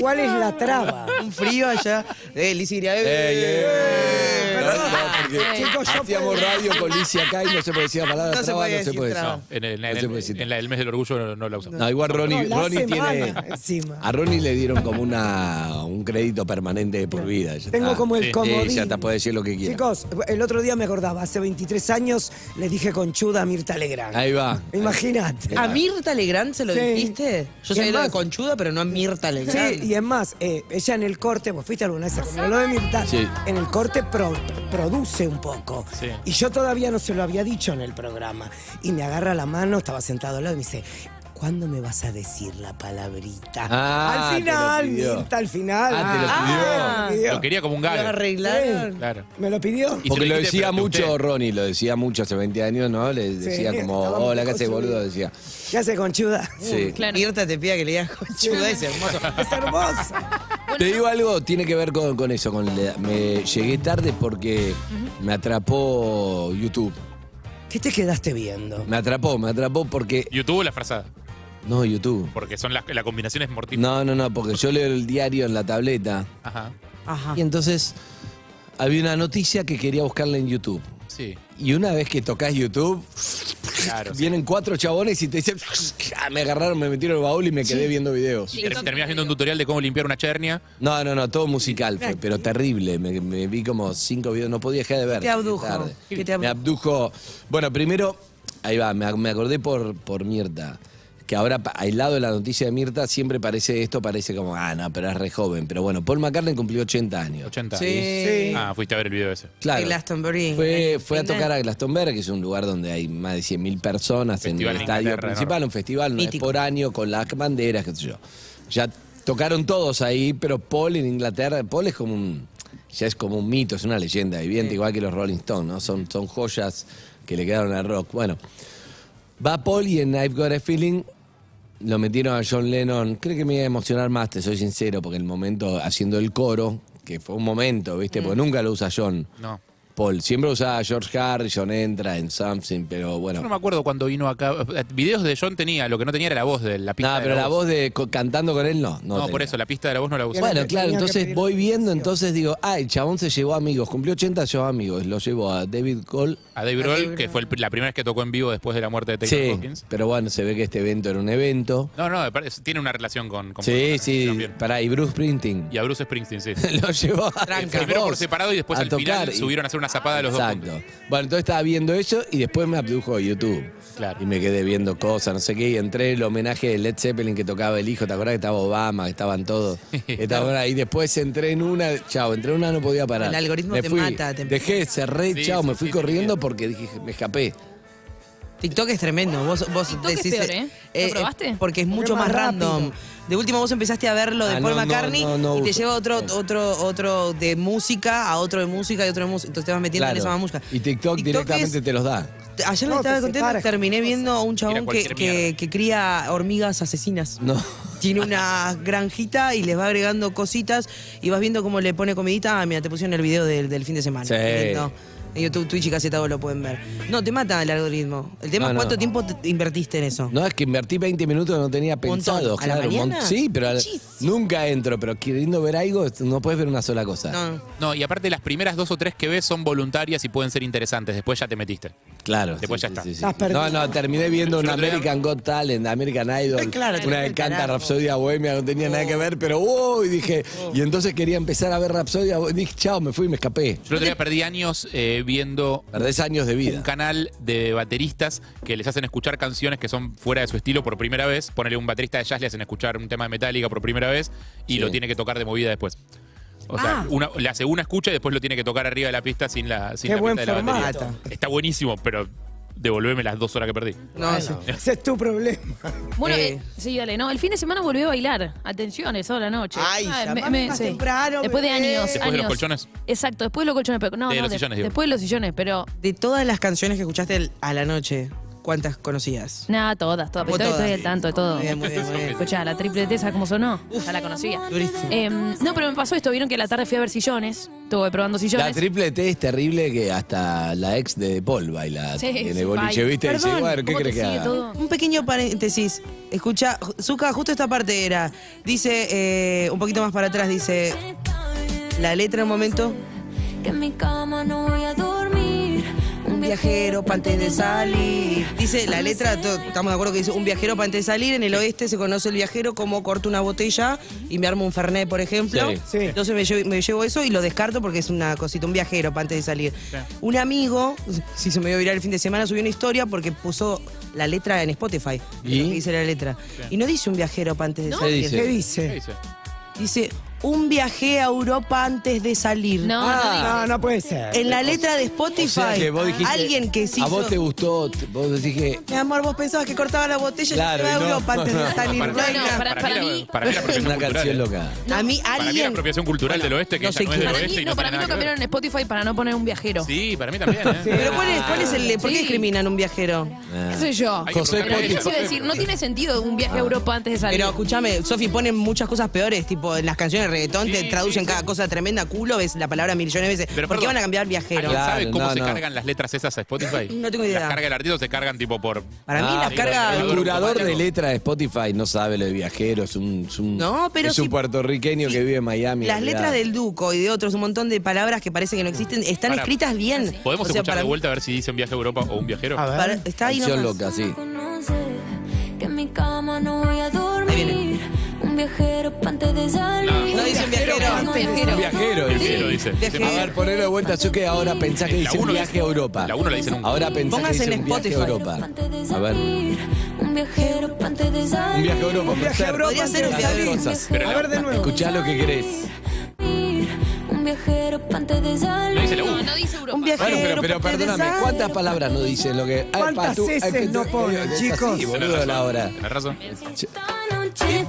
Speaker 5: ¿Cuál es la
Speaker 2: Ah.
Speaker 5: traba?
Speaker 3: Un frío allá. Eh, Liz iría, eh,
Speaker 2: Ey, ey. No,
Speaker 3: perdón.
Speaker 2: no, porque
Speaker 5: Chicos, yo
Speaker 2: hacíamos
Speaker 5: puedo-
Speaker 2: radio con Lizzy acá y no se puede decir la palabra
Speaker 3: No se
Speaker 2: traba,
Speaker 3: puede
Speaker 2: no se
Speaker 3: decir
Speaker 2: puede decir.
Speaker 3: traba.
Speaker 2: No.
Speaker 4: En, el, en
Speaker 2: No se
Speaker 4: el-
Speaker 2: puede decir.
Speaker 4: en la del mes del orgullo no, no la usamos.
Speaker 2: No, igual Ronnie,
Speaker 5: No, la
Speaker 2: Ronnie
Speaker 5: semana,
Speaker 2: tiene.
Speaker 5: encima.
Speaker 2: A Ronnie le dieron como una, un crédito permanente de por vida. ya
Speaker 5: Tengo
Speaker 2: está.
Speaker 5: como el
Speaker 4: Ah, Sí,
Speaker 5: comodín.
Speaker 2: ya te puede decir lo que quiera.
Speaker 5: Chicos, el otro día me acordaba, hace 23 años le dije conchuda a Mirta Legrand.
Speaker 2: Ahí va.
Speaker 5: Imagínate.
Speaker 3: ¿A Mirta Legrand se lo
Speaker 5: Sí.
Speaker 3: dijiste? Yo
Speaker 5: Y
Speaker 3: soy
Speaker 5: es
Speaker 3: lo de
Speaker 5: más-
Speaker 3: conchuda, pero no a Mirta
Speaker 5: Sí,
Speaker 3: Legrand.
Speaker 5: y es más, eh, ella en el corte, vos fuiste alguna vez a comer lo de Mirta,
Speaker 2: Sí.
Speaker 5: en el corte pro- produce un poco.
Speaker 4: Sí.
Speaker 5: Y yo todavía no se lo había dicho en el programa. Y me agarra la mano, estaba sentado al lado y me dice, ¿cuándo me vas a decir la palabrita?
Speaker 2: Ah,
Speaker 5: al
Speaker 2: te lo
Speaker 5: final,
Speaker 2: pidió.
Speaker 5: Mirta, al final.
Speaker 2: Ah, te lo
Speaker 5: Ah, me
Speaker 4: Lo quería como un
Speaker 3: ¿Lo
Speaker 4: gallo.
Speaker 3: arreglaron?
Speaker 4: Claro.
Speaker 5: Me lo pidió.
Speaker 4: Y se
Speaker 2: Porque
Speaker 4: lo
Speaker 2: lo
Speaker 4: dijiste,
Speaker 2: decía
Speaker 4: pero te
Speaker 2: mucho
Speaker 4: gusté.
Speaker 2: Ronnie, lo decía mucho hace 20 años, ¿no? Le decía como,
Speaker 5: estábamos
Speaker 2: hola, ¿qué haces,
Speaker 5: con su-
Speaker 2: boludo? Decía.
Speaker 5: ¿Qué hace conchuda?
Speaker 2: Sí.
Speaker 8: Claro.
Speaker 3: Mirta te pida que le digas (laughs) conchuda, es hermoso.
Speaker 5: Es hermoso.
Speaker 2: Te digo algo, tiene que ver con, con eso. Con la edad. me llegué tarde porque me atrapó YouTube.
Speaker 5: ¿Qué te quedaste viendo?
Speaker 2: Me atrapó, me atrapó porque.
Speaker 4: YouTube o la frazada.
Speaker 2: No, YouTube.
Speaker 4: Porque son las, la combinación es mortífera.
Speaker 2: No, no, no, porque yo leo el diario en la tableta.
Speaker 4: Ajá.
Speaker 5: Ah.
Speaker 3: Ajá.
Speaker 2: Y entonces había una noticia que quería buscarla en YouTube.
Speaker 4: Sí.
Speaker 2: Y una vez que tocas YouTube,
Speaker 4: Claro. sí.
Speaker 2: vienen cuatro chabones y te dicen, "Ah, me agarraron, me metieron el baúl y me quedé viendo videos.
Speaker 4: Y ter- terminas viendo un tutorial de cómo limpiar una chernia.
Speaker 2: No, no, no, todo musical fue, pero terrible. Me, me vi como cinco videos, no podía dejar de ver.
Speaker 3: te abdujo?
Speaker 2: Tarde.
Speaker 3: ¿Qué te abdujo?
Speaker 2: Me abdujo. Bueno, primero, Ahí va, me, ac- me acordé por, por Mirta. Que ahora, pa- aislado de la noticia de Mirta, siempre parece esto, parece como, ah, no, pero es re joven. Pero bueno, Paul McCartney cumplió 80 años.
Speaker 4: 80.
Speaker 3: Sí.
Speaker 4: Ah, fuiste a ver el video ese.
Speaker 2: Claro.
Speaker 3: En Glastonbury. eh,
Speaker 2: Fue,
Speaker 3: El
Speaker 2: fue a
Speaker 3: final.
Speaker 2: tocar a Glastonbury, que es un lugar donde hay más de 100.000 personas
Speaker 4: Festival
Speaker 2: en
Speaker 4: en
Speaker 2: el estadio
Speaker 4: Inglaterra,
Speaker 2: principal,
Speaker 4: enorme.
Speaker 2: un festival una vez
Speaker 3: Mítico.
Speaker 2: por año con las banderas, qué sé yo. Ya tocaron todos ahí, pero Paul en Inglaterra, Paul es como un, ya es como un mito, es una leyenda viviente, igual que los Rolling Stones, ¿no? Son, son joyas que le quedaron al rock. Bueno, va Paul y en I've Got a Feeling lo metieron a John Lennon. Creo que me iba a emocionar más, te soy sincero, porque el momento haciendo el coro, que fue un momento,
Speaker 3: Mm.
Speaker 2: ¿viste? Porque nunca lo usa John.
Speaker 4: No.
Speaker 2: Paul. Siempre usaba George Harrison, entra en Something, pero bueno.
Speaker 4: Yo no me acuerdo cuando vino acá. Eh, Videos de John tenía, lo que no tenía era la voz de la pista.
Speaker 2: No,
Speaker 4: de
Speaker 2: Ah, pero la voz de co- cantando con él no. No,
Speaker 4: No, por
Speaker 2: tenía.
Speaker 4: eso, la pista de la voz no la usó.
Speaker 2: Bueno,
Speaker 5: Tenía
Speaker 2: claro,
Speaker 5: que
Speaker 2: entonces
Speaker 5: pedir
Speaker 2: voy viendo,
Speaker 5: autorización.
Speaker 2: entonces digo, ah, el chabón se llevó amigos, cumplió 80, llevó amigos, lo llevó a David Cole.
Speaker 4: A Dave Grohl, que fue el pri- la primera vez que tocó en vivo después de la muerte de Taylor
Speaker 2: Sí,
Speaker 4: Hawkins.
Speaker 2: pero bueno, se ve que este evento era un evento.
Speaker 4: No, no, parece- tiene una relación con. con
Speaker 2: Sí,
Speaker 4: Bruce
Speaker 2: sí,
Speaker 4: también.
Speaker 2: pará, y Bruce Springsteen.
Speaker 4: Y a Bruce Springsteen,
Speaker 2: (laughs)
Speaker 4: sí.
Speaker 2: lo llevó a
Speaker 3: Tranca.
Speaker 4: Primero por
Speaker 2: vos,
Speaker 4: separado y después
Speaker 2: a
Speaker 4: al final
Speaker 2: tocar y-
Speaker 4: subieron a hacer una zapada de los dos.
Speaker 2: Exacto. Bueno, entonces estaba viendo eso y después me abdujo a YouTube.
Speaker 4: Claro.
Speaker 2: Y me quedé viendo cosas, no sé qué, y entré el homenaje de Led Zeppelin que tocaba el hijo, ¿te acordás que estaba Obama, que estaban todos? Estaba- y después entré en una, chao, entré en una no podía parar.
Speaker 3: El algoritmo te mata, te-
Speaker 2: Dejé, cerré,
Speaker 4: Sí,
Speaker 2: chao,
Speaker 4: sí,
Speaker 2: me fui
Speaker 4: sí,
Speaker 2: corriendo
Speaker 4: sí.
Speaker 2: porque dije, me escapé.
Speaker 3: TikTok es tremendo. Vos, vos
Speaker 8: TikTok es
Speaker 3: decís.
Speaker 8: peor, ¿eh? ¿Lo probaste?
Speaker 3: porque es mucho
Speaker 5: más
Speaker 3: más,
Speaker 5: rápido.
Speaker 3: random. De último vos empezaste a ver lo de
Speaker 2: Ah,
Speaker 3: Paul
Speaker 2: no, no,
Speaker 3: McCartney
Speaker 2: no, no
Speaker 3: y te
Speaker 2: uso.
Speaker 3: lleva otro, otro, otro de música a otro de música y otro de música. Entonces te vas metiendo en
Speaker 2: Claro.
Speaker 3: esa más música.
Speaker 2: Y TikTok,
Speaker 3: es-
Speaker 2: directamente te los da.
Speaker 3: Ayer
Speaker 5: No,
Speaker 3: le estaba
Speaker 5: te
Speaker 3: contando,
Speaker 5: separa.
Speaker 3: terminé viendo a un chabón que,
Speaker 4: cualquier
Speaker 3: que-
Speaker 4: mierda.
Speaker 3: que cría hormigas asesinas.
Speaker 2: No.
Speaker 3: Tiene una granjita y les va agregando cositas y vas viendo cómo le pone comidita. Ah, mira, te pusieron el video del, del fin de semana.
Speaker 2: Sí.
Speaker 3: Qué lindo. En YouTube, Twitch y Casetado lo pueden ver. No, te mata el algoritmo. El tema
Speaker 2: No,
Speaker 3: es
Speaker 2: no.
Speaker 3: cuánto tiempo te- invertiste en eso.
Speaker 2: No, es que invertí 20 minutos, no tenía
Speaker 3: Montón.
Speaker 2: pensado,
Speaker 3: ¿A la
Speaker 2: claro.
Speaker 3: mañana?
Speaker 2: mon- sí, pero al-
Speaker 3: Muchísimo.
Speaker 2: nunca entro, pero queriendo ver algo, no puedes ver una sola cosa.
Speaker 3: No.
Speaker 4: No, y aparte las primeras dos o tres que ves son voluntarias y pueden ser interesantes. Después ya te metiste.
Speaker 2: Claro.
Speaker 4: Después ya está.
Speaker 5: Estás perdido.
Speaker 2: No, no, terminé viendo un
Speaker 4: Yo otro día-
Speaker 2: American Got Talent, American Idol.
Speaker 3: Eh, claro, te
Speaker 2: una
Speaker 3: fue
Speaker 2: que
Speaker 3: el
Speaker 2: canta
Speaker 3: carajo. Oh.
Speaker 2: Rapsodia Bohemia, no tenía nada que ver, pero uy, dije. Y entonces quería empezar a ver Rapsodia Bohemia. Dije, chao, me fui y me escapé.
Speaker 4: Yo el otro día perdí años eh, viendo
Speaker 2: Perdés años de
Speaker 4: un
Speaker 2: vida.
Speaker 4: canal de bateristas que les hacen escuchar canciones que son fuera de su estilo por primera vez. Ponele un baterista de jazz, le hacen escuchar un tema de Metallica por primera vez y lo tiene que tocar de movida después. O sea,
Speaker 3: Ah.
Speaker 4: una- le hace una escucha y después lo tiene que tocar arriba de la pista sin la, sin
Speaker 5: Qué
Speaker 4: la
Speaker 5: buen
Speaker 4: pista de la batería.
Speaker 5: formato.
Speaker 4: Está buenísimo, pero devolveme las dos horas que perdí.
Speaker 3: No, sí.
Speaker 5: Ese es tu problema.
Speaker 8: Bueno,
Speaker 3: Eh.
Speaker 8: eh, sí, dale, no, el fin de semana volvió a bailar. Atención, eso de la noche. Ah,
Speaker 3: Ay, llamame más temprano,
Speaker 8: Después de
Speaker 3: bebé.
Speaker 8: años.
Speaker 3: Después
Speaker 4: de los
Speaker 8: años.
Speaker 4: colchones.
Speaker 8: Exacto, después de los colchones. Pero, no,
Speaker 4: De
Speaker 8: no,
Speaker 4: los sillones, digo.
Speaker 8: Después de los sillones, pero
Speaker 3: De todas las canciones que escuchaste el- a la noche, ¿cuántas conocías?
Speaker 8: nada, todas, todas.
Speaker 3: Como
Speaker 8: Estoy, estoy
Speaker 3: todas.
Speaker 8: al tanto de todo.
Speaker 3: Muy bien, muy bien, muy bien.
Speaker 8: Escuchá, la triple T, ¿sabes cómo sonó? ya la conocía.
Speaker 3: Durísimo.
Speaker 8: Eh, no, pero me pasó esto. Vieron que la tarde fui a ver sillones. Estuve probando sillones.
Speaker 2: La triple T es terrible que hasta la ex de Paul baila
Speaker 8: Sí,
Speaker 2: en
Speaker 8: sí,
Speaker 2: el boliche,
Speaker 8: ay,
Speaker 2: Ah, ¿viste? Y dice,
Speaker 8: perdón,
Speaker 2: bueno, ¿qué
Speaker 8: ¿cómo
Speaker 2: crees
Speaker 8: te
Speaker 2: que
Speaker 8: sigue
Speaker 2: haga?
Speaker 8: todo?
Speaker 3: Un pequeño paréntesis. Escucha, Zuka, justo esta parte era. Dice, eh, un poquito más para atrás, dice. La letra en un momento.
Speaker 6: Que en mi cama no voy a dormir.
Speaker 3: Un viajero para antes de salir. Dice la letra, to- estamos de acuerdo que dice un viajero para antes de salir. En el oeste se conoce el viajero como corto una botella y me armo un fernet, por ejemplo.
Speaker 2: Sí.
Speaker 5: Sí.
Speaker 3: Entonces me llevo, me llevo eso y lo descarto porque es una cosita, un viajero para antes de salir. Un amigo, si se me dio viral el fin de semana, subió una historia porque puso la letra en Spotify.
Speaker 2: ¿Y?
Speaker 3: lo que Dice la letra. Y no dice un viajero para antes de
Speaker 2: ¿Qué
Speaker 3: salir.
Speaker 2: dice?
Speaker 5: ¿Qué
Speaker 4: ¿Qué
Speaker 5: dice?
Speaker 4: dice?
Speaker 3: Dice un viaje a Europa antes de salir. Ah,
Speaker 8: No,
Speaker 2: Ah.
Speaker 5: No, no puede ser.
Speaker 3: En la letra de
Speaker 2: O
Speaker 3: Spotify,
Speaker 2: sea que vos dijiste,
Speaker 3: alguien que sí
Speaker 2: A vos
Speaker 3: hizo-
Speaker 2: te gustó, t- vos decís que.
Speaker 3: Mi amor, vos pensabas que cortaba la botella
Speaker 2: Claro,
Speaker 3: y
Speaker 2: y
Speaker 3: se iba
Speaker 2: no.
Speaker 3: a Europa antes
Speaker 2: (laughs)
Speaker 3: de salir.
Speaker 4: Para,
Speaker 8: no,
Speaker 3: reina.
Speaker 8: no, para-
Speaker 4: mí,
Speaker 8: mí-
Speaker 4: la, para mí la apropiación
Speaker 2: Una
Speaker 4: cultural,
Speaker 2: canción
Speaker 4: eh.
Speaker 2: loca.
Speaker 3: a mí
Speaker 4: Para mí la
Speaker 3: alguien...
Speaker 4: apropiación cultural
Speaker 3: Bueno,
Speaker 4: del oeste, que
Speaker 3: este no
Speaker 4: ya
Speaker 3: sé
Speaker 4: no
Speaker 3: quién.
Speaker 4: es del
Speaker 8: Para
Speaker 4: oeste
Speaker 8: mí,
Speaker 4: y
Speaker 8: no,
Speaker 4: no
Speaker 8: para mí
Speaker 4: tiene
Speaker 8: lo
Speaker 4: nada que
Speaker 8: cambiaron
Speaker 4: ver.
Speaker 8: en Spotify para no poner un viajero.
Speaker 4: Sí, para mí también, ¿eh?
Speaker 3: Pero ¿cuál es, cuál es el, ¿por qué
Speaker 8: Sí.
Speaker 3: discriminan un viajero?
Speaker 2: Ah.
Speaker 8: ¿Qué sé yo?
Speaker 4: Hay
Speaker 2: que José preguntarle
Speaker 8: Pero
Speaker 2: a
Speaker 8: yo
Speaker 2: ella,
Speaker 8: quiero
Speaker 4: José.
Speaker 8: decir, no tiene sentido un viaje a Europa antes de salir.
Speaker 3: Pero escúchame, Sofi, ponen muchas cosas peores, tipo en las canciones de reggaetón te
Speaker 4: Sí,
Speaker 3: traducen
Speaker 4: sí,
Speaker 3: cada
Speaker 4: sí.
Speaker 3: cosa tremenda, culo, ves la palabra millones de veces.
Speaker 4: Pero,
Speaker 3: ¿Por qué
Speaker 4: perdón,
Speaker 3: van a cambiar viajero?
Speaker 4: ¿Alguien
Speaker 2: Claro,
Speaker 4: sabe cómo
Speaker 2: no,
Speaker 4: se
Speaker 2: no.
Speaker 4: cargan las letras esas a Spotify?
Speaker 3: No tengo idea.
Speaker 4: Las carga el artista o se cargan tipo por.
Speaker 3: Para mí
Speaker 2: Ah,
Speaker 3: las
Speaker 2: sí,
Speaker 3: cargas...
Speaker 2: El curador de
Speaker 4: Algo.
Speaker 2: letra de Spotify no sabe lo de viajero, es un, es un-
Speaker 3: No, pero
Speaker 2: es un
Speaker 3: si-
Speaker 2: puertorriqueño
Speaker 3: si
Speaker 2: que vive en Miami.
Speaker 3: Las
Speaker 2: olvidá.
Speaker 3: letras del Duco y de otros, un montón de palabras que parece que no existen, están
Speaker 4: Para.
Speaker 3: escritas bien.
Speaker 4: ¿Podemos
Speaker 3: O sea,
Speaker 4: escuchar
Speaker 3: para-
Speaker 4: de vuelta a ver si dice un viaje a Europa o un viajero?
Speaker 5: A ver.
Speaker 3: para- está ahí
Speaker 2: Canción
Speaker 3: nomás.
Speaker 2: loca, sí.
Speaker 6: Conoce que en mi cama no voy a
Speaker 3: Ahí viene.
Speaker 6: dormir. Un viajero pa' antes de salir.
Speaker 3: No dice un viajero.
Speaker 8: Viajero.
Speaker 2: Viajero,
Speaker 4: El Viajero, dice.
Speaker 3: Viajero.
Speaker 2: A ver, ponelo de vuelta, yo que ahora pensás que
Speaker 4: La
Speaker 2: dice un
Speaker 4: uno
Speaker 2: viaje
Speaker 4: dice-
Speaker 2: a Europa.
Speaker 4: la uno la dice nunca.
Speaker 2: Ahora pensás que
Speaker 3: Póngase
Speaker 2: dice
Speaker 3: en
Speaker 2: un viaje a
Speaker 3: Spotify.
Speaker 2: Europa. A ver, un
Speaker 6: Un viajero pa' antes de salir.
Speaker 2: viaje a Europa.
Speaker 5: Un viaje a Europa
Speaker 3: Podría ser un
Speaker 2: Las dos
Speaker 3: viaje.
Speaker 2: cosas.
Speaker 4: Pero
Speaker 5: A
Speaker 4: la-
Speaker 5: ver de nuevo.
Speaker 2: Escuchá lo que querés.
Speaker 6: Un viajero pa' antes de salir.
Speaker 4: No dice la U.
Speaker 8: No, no dice Europa.
Speaker 3: Un viaje-
Speaker 2: Bueno, pero, pero
Speaker 3: Pero porque
Speaker 2: perdóname,
Speaker 3: desayuno.
Speaker 2: ¿cuántas palabras no dicen lo que...
Speaker 5: ¿Cuántas heces no ponen, chicos?
Speaker 2: Sí,
Speaker 4: Tenés
Speaker 2: boludo,
Speaker 4: razón,
Speaker 2: la hora.
Speaker 4: tenés razón.
Speaker 6: Tan un chifón.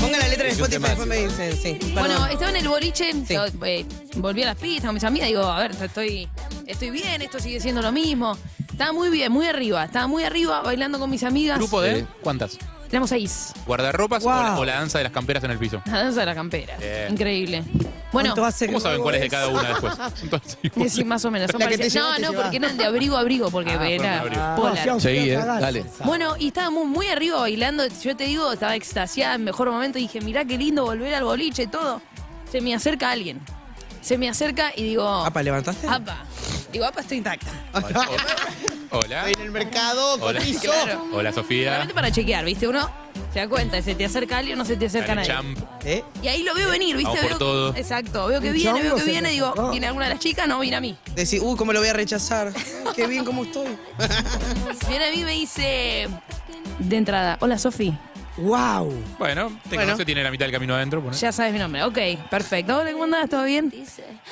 Speaker 3: Ponga la letra en
Speaker 2: Es un
Speaker 3: Spotify, después me dicen, sí.
Speaker 8: Bueno,
Speaker 4: este,
Speaker 3: Perdón.
Speaker 8: estaba en el boliche,
Speaker 3: Sí.
Speaker 8: yo, eh, volví a las pistas con mis amigas, digo, a ver, estoy, estoy bien, esto sigue siendo lo mismo. Estaba muy bien, muy arriba, estaba muy arriba bailando con mis amigas.
Speaker 4: ¿Grupo de
Speaker 2: Sí.
Speaker 4: cuántas?
Speaker 8: Tenemos seis,
Speaker 4: ¿Guardarropas o
Speaker 5: Wow.
Speaker 4: la- o la danza de las camperas en el piso?
Speaker 8: la danza de la campera.
Speaker 4: Bien.
Speaker 8: Increíble. Bueno,
Speaker 5: ¿Cuánto hace que
Speaker 4: ¿Cómo
Speaker 5: no
Speaker 4: saben
Speaker 5: hago
Speaker 4: cuál es de
Speaker 5: eso?
Speaker 4: cada una después? Son todas iguales.
Speaker 8: sí, más o menos. son
Speaker 5: La que te
Speaker 8: parecidas.
Speaker 5: lleva, te
Speaker 8: no, no,
Speaker 5: lleva.
Speaker 8: porque eran de abrigo a abrigo, porque
Speaker 4: Ah, fueron de
Speaker 8: era
Speaker 4: abrigo.
Speaker 5: Ah,
Speaker 8: polar.
Speaker 5: hacía un frío
Speaker 2: Seguí, eh,
Speaker 5: cagazo.
Speaker 2: dale.
Speaker 8: Bueno, y estábamos muy arriba bailando, yo te digo, estaba extasiada en mejor momento, y dije, mirá qué lindo volver al boliche, todo. Se me acerca alguien. Se me acerca y digo,
Speaker 3: Apa, ¿levantaste?
Speaker 4: Ah,
Speaker 8: apa. Digo, apa, estoy intacta.
Speaker 4: Hola.
Speaker 7: En el mercado,
Speaker 4: Hola.
Speaker 7: cotizo.
Speaker 8: Claro.
Speaker 4: Hola, Sofía.
Speaker 8: Solamente para chequear, ¿viste? Uno se da cuenta, se te acerca alguien, no se te acerca
Speaker 4: Dani
Speaker 8: nadie.
Speaker 4: Champ.
Speaker 3: ¿Eh?
Speaker 8: Y ahí lo veo venir, ¿viste?
Speaker 4: Vamos por
Speaker 8: Veo-
Speaker 4: todo.
Speaker 8: Exacto, veo que
Speaker 5: El
Speaker 8: viene, veo
Speaker 5: chongo
Speaker 8: que
Speaker 5: se
Speaker 8: viene,
Speaker 5: te
Speaker 8: digo,
Speaker 5: acercó.
Speaker 8: ¿viene alguna de las chicas? No, viene a mí.
Speaker 3: Decís, uy, cómo lo voy a rechazar. Qué bien cómo estoy.
Speaker 8: Viene a mí y me dice, de entrada, hola Sofi,
Speaker 5: ¡Wow!
Speaker 4: Bueno, te
Speaker 3: Bueno.
Speaker 4: conoce, tiene la mitad del camino adentro. pone.
Speaker 8: ya sabes mi nombre. Ok, perfecto. Hola, ¿cómo andás? ¿Todo bien?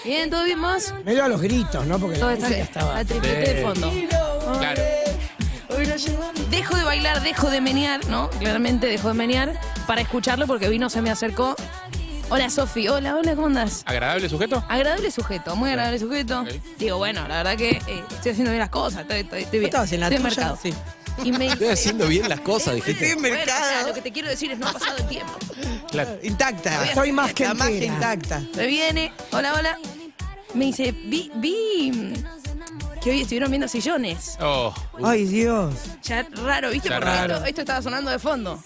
Speaker 8: Bien, ¿todo bien más?
Speaker 5: Medio a los gritos, ¿no? Porque
Speaker 8: Todo
Speaker 5: la
Speaker 8: está
Speaker 5: música
Speaker 8: bien.
Speaker 5: estaba...
Speaker 8: La triplete de fondo.
Speaker 4: Claro.
Speaker 8: Dejo de bailar, dejo de menear, ¿no? Claramente dejo de menear para escucharlo porque vino, se me acercó. Hola Sofi, hola, hola, ¿cómo andás?
Speaker 4: ¿Agradable sujeto?
Speaker 8: Agradable sujeto, muy agradable sujeto.
Speaker 4: Ok.
Speaker 8: Digo, bueno, la verdad que eh, estoy haciendo bien las cosas, estoy, estoy, estoy bien.
Speaker 3: estabas en la
Speaker 8: estoy
Speaker 3: tuya?
Speaker 8: mercado.
Speaker 3: Sí.
Speaker 2: (laughs)
Speaker 8: Y me
Speaker 2: Estoy
Speaker 8: dice,
Speaker 2: haciendo bien las cosas, dijiste.
Speaker 3: en
Speaker 8: bueno, o sea,
Speaker 3: mercado.
Speaker 8: lo que te quiero decir es no ha pasado el tiempo.
Speaker 4: Claro.
Speaker 3: Intacta.
Speaker 5: Soy más que
Speaker 3: La magia
Speaker 5: entera.
Speaker 3: intacta.
Speaker 8: Me viene, hola, hola. Me dice, vi, vi mm, que hoy estuvieron viendo sillones.
Speaker 4: Oh,
Speaker 5: ¡Ay, Dios!
Speaker 8: Ya raro, ¿viste?
Speaker 4: Ya
Speaker 8: Porque
Speaker 4: raro.
Speaker 8: Esto, esto estaba sonando de fondo.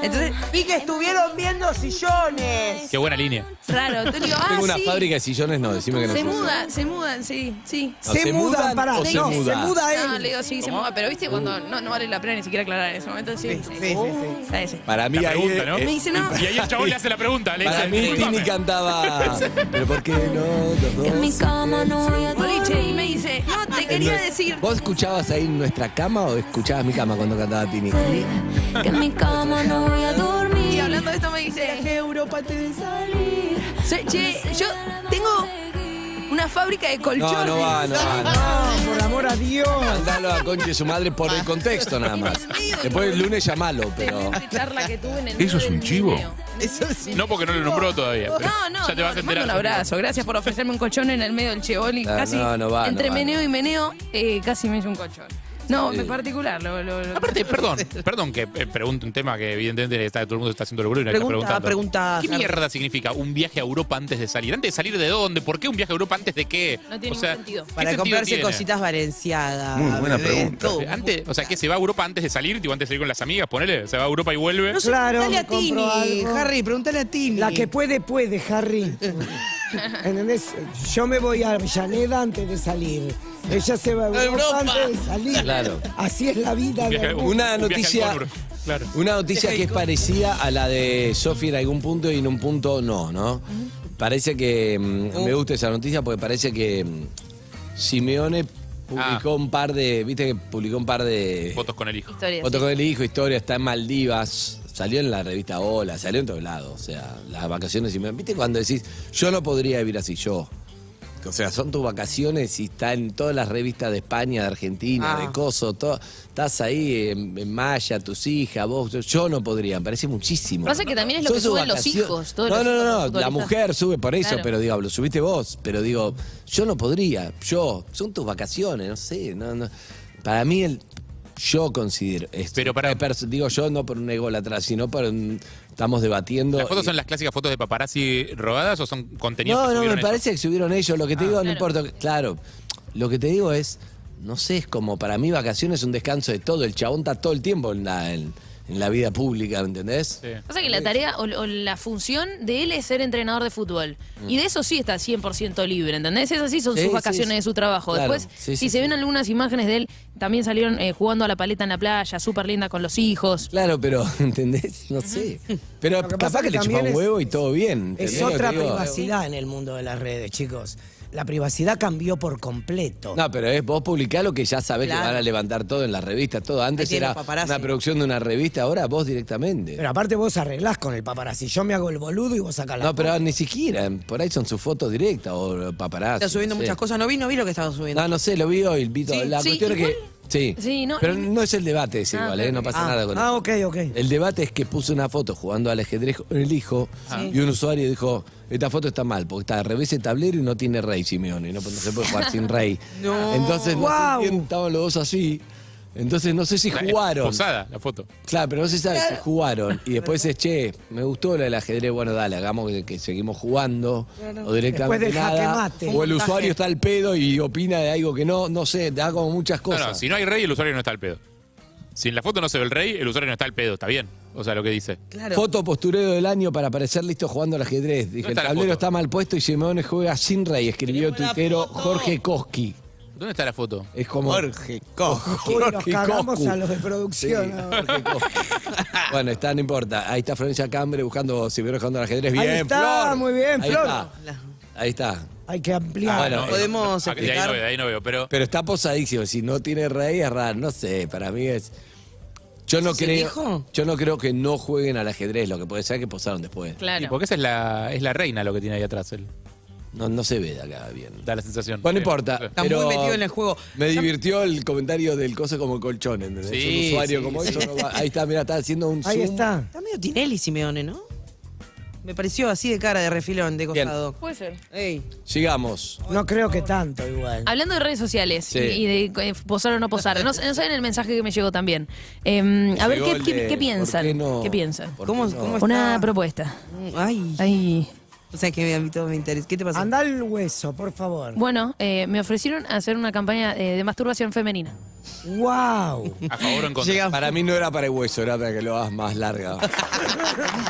Speaker 8: Entonces,
Speaker 3: Vi que estuvieron viendo sillones.
Speaker 4: qué buena línea.
Speaker 8: raro. Entonces digo, ah,
Speaker 2: Tengo una
Speaker 8: sí.
Speaker 2: fábrica de sillones, no, decime que no
Speaker 8: Se
Speaker 2: sé.
Speaker 8: muda, se mudan, sí, sí.
Speaker 2: No,
Speaker 5: se,
Speaker 2: ¿se
Speaker 5: mudan,
Speaker 2: mudan
Speaker 5: pará.
Speaker 2: o
Speaker 5: No,
Speaker 2: se
Speaker 5: se
Speaker 2: muda?
Speaker 5: muda él.
Speaker 8: No, le digo, sí, se muda, pero viste cuando
Speaker 2: Uh.
Speaker 8: no, no vale la pena ni siquiera aclarar en ese momento. Sí, sí,
Speaker 3: sí, sí.
Speaker 8: Está ese.
Speaker 2: Para mí
Speaker 4: La
Speaker 2: ahí...
Speaker 4: pregunta,
Speaker 2: eh,
Speaker 4: ¿no?
Speaker 2: eh,
Speaker 8: Me dice, no.
Speaker 4: Y ahí el chabón le hace la pregunta. Le
Speaker 2: Para
Speaker 4: dice,
Speaker 2: mí Tini
Speaker 4: "Disculpame".
Speaker 2: cantaba... Pero ¿por qué no? Los
Speaker 6: Que en mi
Speaker 2: dos.
Speaker 6: cama no voy a
Speaker 8: Boliche,
Speaker 6: dormir.
Speaker 8: y me dice, no, te
Speaker 2: Ah,
Speaker 8: quería decir.
Speaker 2: ¿Vos escuchabas ahí nuestra cama o escuchabas mi cama cuando cantaba Tini?
Speaker 6: Que en mi cama no voy a dormir.
Speaker 8: Y hablando de esto me dice,
Speaker 3: Europa te
Speaker 8: "Che, che, yo tengo una fábrica de
Speaker 2: No,
Speaker 8: colchones.
Speaker 2: no va, no va. No.
Speaker 5: No, por amor a Dios.
Speaker 2: Mandalo a Conche su madre por el contexto nada más. Después el lunes llamalo, pero.
Speaker 8: Tremenda charla que tuve en el
Speaker 4: ¿Eso
Speaker 8: medio
Speaker 4: es un
Speaker 8: del
Speaker 4: chivo?
Speaker 8: video.
Speaker 3: Eso sí.
Speaker 4: No, porque no lo nombró todavía. pero
Speaker 8: No, no,
Speaker 4: Ya te
Speaker 8: no,
Speaker 4: vas a
Speaker 8: te mando
Speaker 4: enterar.
Speaker 8: un abrazo. Gracias por ofrecerme un colchón en el medio del cheboli.
Speaker 2: No,
Speaker 8: casi
Speaker 2: no, no va, no
Speaker 8: entre
Speaker 2: va,
Speaker 8: meneo
Speaker 2: no.
Speaker 8: y meneo, eh, casi me hizo un colchón. No,
Speaker 2: Sí.
Speaker 8: en particular. Lo, lo- lo-
Speaker 4: Aparte,
Speaker 8: (laughs)
Speaker 4: perdón, perdón que eh, pregunte un tema que evidentemente está, todo el mundo está haciendo lo boludo y nadie está
Speaker 3: Pregunta,
Speaker 4: preguntando.
Speaker 3: pregunta.
Speaker 4: ¿Qué mierda significa un viaje a Europa antes de salir? ¿Antes de salir de dónde? ¿Por qué un viaje a Europa antes de qué?
Speaker 8: No tiene
Speaker 4: o sea,
Speaker 8: ningún sentido.
Speaker 4: ¿qué
Speaker 3: Para
Speaker 4: sentido
Speaker 3: comprarse
Speaker 4: tiene?
Speaker 3: cositas valenciadas.
Speaker 1: Muy buena
Speaker 3: bebé,
Speaker 1: pregunta.
Speaker 3: todo.
Speaker 4: Antes, o sea, que se va a Europa antes de salir, tipo, antes de salir con las amigas, ponele, se va a Europa y vuelve.
Speaker 3: No sé,
Speaker 5: Claro,
Speaker 3: preguntale
Speaker 5: me
Speaker 3: a
Speaker 5: compro
Speaker 3: Tini,
Speaker 5: algo.
Speaker 3: Harry, pregúntale a Tini.
Speaker 5: La que puede, puede, Harry. ¿Entendés? Yo me voy a Avellaneda antes de salir. Ella se va a Europa,
Speaker 3: Europa.
Speaker 5: antes de salir.
Speaker 2: Claro.
Speaker 5: Así es la vida.
Speaker 4: Un viaje-
Speaker 5: de
Speaker 4: un-
Speaker 2: Una
Speaker 4: un viaje
Speaker 2: noticia.
Speaker 4: al Conur. Claro.
Speaker 2: Una noticia que es parecida a la de Sofi en algún punto y en un punto no, ¿no? Parece que. mm, Me gusta esa noticia porque parece que. mm, Simeone publicó un par de. ¿Viste que publicó un par de.
Speaker 4: Fotos con el hijo.
Speaker 8: Historia,
Speaker 2: Foto
Speaker 8: sí.
Speaker 2: con el hijo, historia, está en Maldivas. Salió en la revista Hola, salió en todos lados. O sea, las vacaciones. Y me, ¿Viste cuando decís, yo no podría vivir así, yo? O sea, son tus vacaciones y está en todas las revistas de España, de Argentina,
Speaker 3: Ah.
Speaker 2: de Coso, todo. Estás ahí en, en Maya, tus hijas, vos. Yo, yo no podría, me parece muchísimo.
Speaker 8: Pasa que también es lo
Speaker 2: Son
Speaker 8: que
Speaker 2: sus
Speaker 8: suben los
Speaker 2: vacaciones.
Speaker 8: hijos, todos
Speaker 2: no,
Speaker 8: los
Speaker 2: no,
Speaker 8: hijos de
Speaker 2: no,
Speaker 8: los
Speaker 2: no. La
Speaker 8: futbolistas.
Speaker 2: mujer sube por eso,
Speaker 8: Claro.
Speaker 2: pero digo, lo subiste vos. Pero digo, yo no podría, yo. Son tus vacaciones, no sé. No, no. Para mí, el, yo considero. esto-
Speaker 4: Pero para-
Speaker 2: eh, pers- Digo yo, no por un ego atrás, sino por un- Estamos debatiendo.
Speaker 4: ¿Las fotos
Speaker 2: y-
Speaker 4: son las clásicas fotos de paparazzi robadas o son contenidos
Speaker 2: no,
Speaker 4: que
Speaker 2: no, me
Speaker 4: subieron ellos?
Speaker 2: parece que subieron ellos. Lo que te digo no importa. Claro, lo que te digo es, no sé, es como para mí vacaciones es un descanso de todo. El chabón está todo el tiempo en, la- en- en la vida pública, ¿me entendés?
Speaker 4: Sí.
Speaker 8: Pasa que la tarea o, o la función de él es ser entrenador de fútbol. Y de eso sí está 100% libre, ¿entendés? Esas sí son
Speaker 2: Mm. Sí,
Speaker 8: sus
Speaker 2: sí,
Speaker 8: vacaciones
Speaker 2: sí.
Speaker 8: de su trabajo.
Speaker 2: Claro,
Speaker 8: Después,
Speaker 2: sí,
Speaker 8: si
Speaker 2: sí,
Speaker 8: se
Speaker 2: sí.
Speaker 8: ven algunas imágenes de él, también salieron eh, jugando a la paleta en la playa, súper linda con los hijos.
Speaker 2: Claro, pero, (laughs) ¿entendés? No sé. Pero
Speaker 5: Lo que pasa
Speaker 2: capaz
Speaker 5: es
Speaker 2: que le
Speaker 5: que
Speaker 2: chupa
Speaker 5: también
Speaker 2: un
Speaker 5: es-
Speaker 2: huevo y todo bien. ¿entendés
Speaker 5: Es
Speaker 2: lo que
Speaker 5: otra
Speaker 2: digo?
Speaker 5: privacidad en el mundo de las redes, chicos. La privacidad cambió por completo.
Speaker 2: No, pero es vos publicás lo que ya sabés que
Speaker 3: Claro.
Speaker 2: van a levantar todo en las revistas, todo. Antes
Speaker 3: tiene
Speaker 2: era
Speaker 3: paparazzi.
Speaker 2: una producción de una revista, ahora vos directamente.
Speaker 5: Pero aparte vos arreglás con el paparazzi. Yo me hago el boludo y vos sacás la
Speaker 2: no, pero ni siquiera. Por ahí son sus fotos directas o paparazzi.
Speaker 3: Está subiendo
Speaker 2: no sé.
Speaker 3: muchas cosas. No vi, no vi lo que estaba subiendo.
Speaker 2: No, no sé, lo vi hoy, vi todo.
Speaker 8: Sí,
Speaker 2: la
Speaker 8: sí,
Speaker 2: cuestión es que.
Speaker 8: igual-
Speaker 2: Sí.
Speaker 8: Sí, no,
Speaker 2: pero
Speaker 8: y-
Speaker 2: no es el debate, es
Speaker 8: Ah,
Speaker 2: igual, ¿eh? No pasa
Speaker 5: Ah,
Speaker 2: nada con
Speaker 5: ah,
Speaker 2: eso.
Speaker 5: ok, ok.
Speaker 2: El debate es que puso una foto jugando al ajedrez con el hijo y un usuario dijo, esta foto está mal, porque está al revés el tablero y no tiene rey, Simeone, no, no se puede jugar sin rey. Entonces (laughs) no sé
Speaker 5: Guau.
Speaker 2: quién estaban los dos así. Entonces no sé si
Speaker 4: La- eh,
Speaker 2: jugaron.
Speaker 4: Posada, la foto.
Speaker 2: Claro, pero no se sabe si jugaron. Y después es, che, me gustó lo del ajedrez, bueno, dale, hagamos que, que seguimos jugando. O directamente
Speaker 5: Después del
Speaker 2: nada.
Speaker 5: jaque mate.
Speaker 2: O el usuario está al pedo y opina de algo que no, no sé, da como muchas
Speaker 4: No,
Speaker 2: cosas.
Speaker 4: no, si no hay rey, el usuario no está al pedo. Si en la foto no se ve el rey, el usuario no está al pedo, está bien. O sea, lo que dice.
Speaker 3: Claro.
Speaker 2: Foto postureo del año para parecer listo jugando al ajedrez. Dije,
Speaker 4: ¿Dónde
Speaker 2: el
Speaker 4: está la
Speaker 2: tablero
Speaker 4: foto?
Speaker 2: está mal puesto y Simeone juega sin rey, escribió tuitero Jorge Koski.
Speaker 4: ¿Dónde está la foto?
Speaker 2: Es como. Jorge Koski.
Speaker 5: Uy, nos cagamos a los de producción. ahora.
Speaker 2: bueno, está, no importa. Ahí está Florencia Cambre buscando Simeone jugando al ajedrez.
Speaker 5: Ahí
Speaker 2: Bien,
Speaker 5: está,
Speaker 2: Flor.
Speaker 5: muy bien,
Speaker 2: Ahí
Speaker 5: Flor.
Speaker 2: está. Ahí está.
Speaker 5: Hay que ampliar.
Speaker 2: Bueno, eh,
Speaker 3: Podemos
Speaker 4: Ah, de ahí
Speaker 3: explicar.
Speaker 4: no veo, de ahí no veo, pero.
Speaker 2: Pero está posadísimo. Si no tiene rey, es raro. No sé, para mí es. Yo no
Speaker 3: ¿Ese es el hijo?
Speaker 2: creo. Yo no creo que no jueguen al ajedrez, lo que puede ser que posaron después.
Speaker 4: Y
Speaker 8: Claro.
Speaker 4: porque esa es la, es la reina lo que tiene ahí atrás, él.
Speaker 2: No, no se ve de acá bien.
Speaker 4: Da la sensación. Eh,
Speaker 2: Bueno, no
Speaker 4: Sí.
Speaker 2: importa.
Speaker 4: Sí.
Speaker 3: Está muy
Speaker 2: pero
Speaker 3: metido en el juego.
Speaker 2: Me divirtió el comentario del coso como colchón, ¿entendés?
Speaker 4: Sí,
Speaker 2: un usuario
Speaker 4: sí,
Speaker 2: como
Speaker 4: sí.
Speaker 2: eso. no va- Ahí está, mira, está haciendo un
Speaker 5: Ahí
Speaker 2: zoom.
Speaker 5: está.
Speaker 3: Está medio Tinelli Simeone, ¿no? Me pareció así de cara, de refilón, de
Speaker 2: Bien.
Speaker 3: costado.
Speaker 8: Puede ser.
Speaker 3: Ey.
Speaker 2: Sigamos.
Speaker 5: No creo que tanto igual.
Speaker 8: Hablando de redes sociales
Speaker 2: Sí.
Speaker 8: y y de eh, posar o no posar, no, sé- no saben el mensaje que me llegó también. Eh, a ver,
Speaker 2: Llegó
Speaker 8: ¿qué,
Speaker 2: el
Speaker 8: qué-
Speaker 2: de,
Speaker 8: qué piensan?
Speaker 2: ¿por qué no?
Speaker 8: piensan?
Speaker 2: ¿Por qué
Speaker 3: ¿Cómo,
Speaker 2: no?
Speaker 3: ¿Cómo está?
Speaker 8: Una propuesta.
Speaker 3: Ay.
Speaker 8: Ahí.
Speaker 3: O sea que a mí todo me interesa. ¿Qué te pasa?
Speaker 5: Andá al hueso, por favor.
Speaker 8: Bueno, eh, me ofrecieron hacer una campaña eh, de masturbación femenina.
Speaker 5: ¡Wow!
Speaker 4: A favor o en contra.
Speaker 3: Llega.
Speaker 2: Para mí no era para el hueso, era para que lo hagas más
Speaker 5: (laughs)
Speaker 2: larga.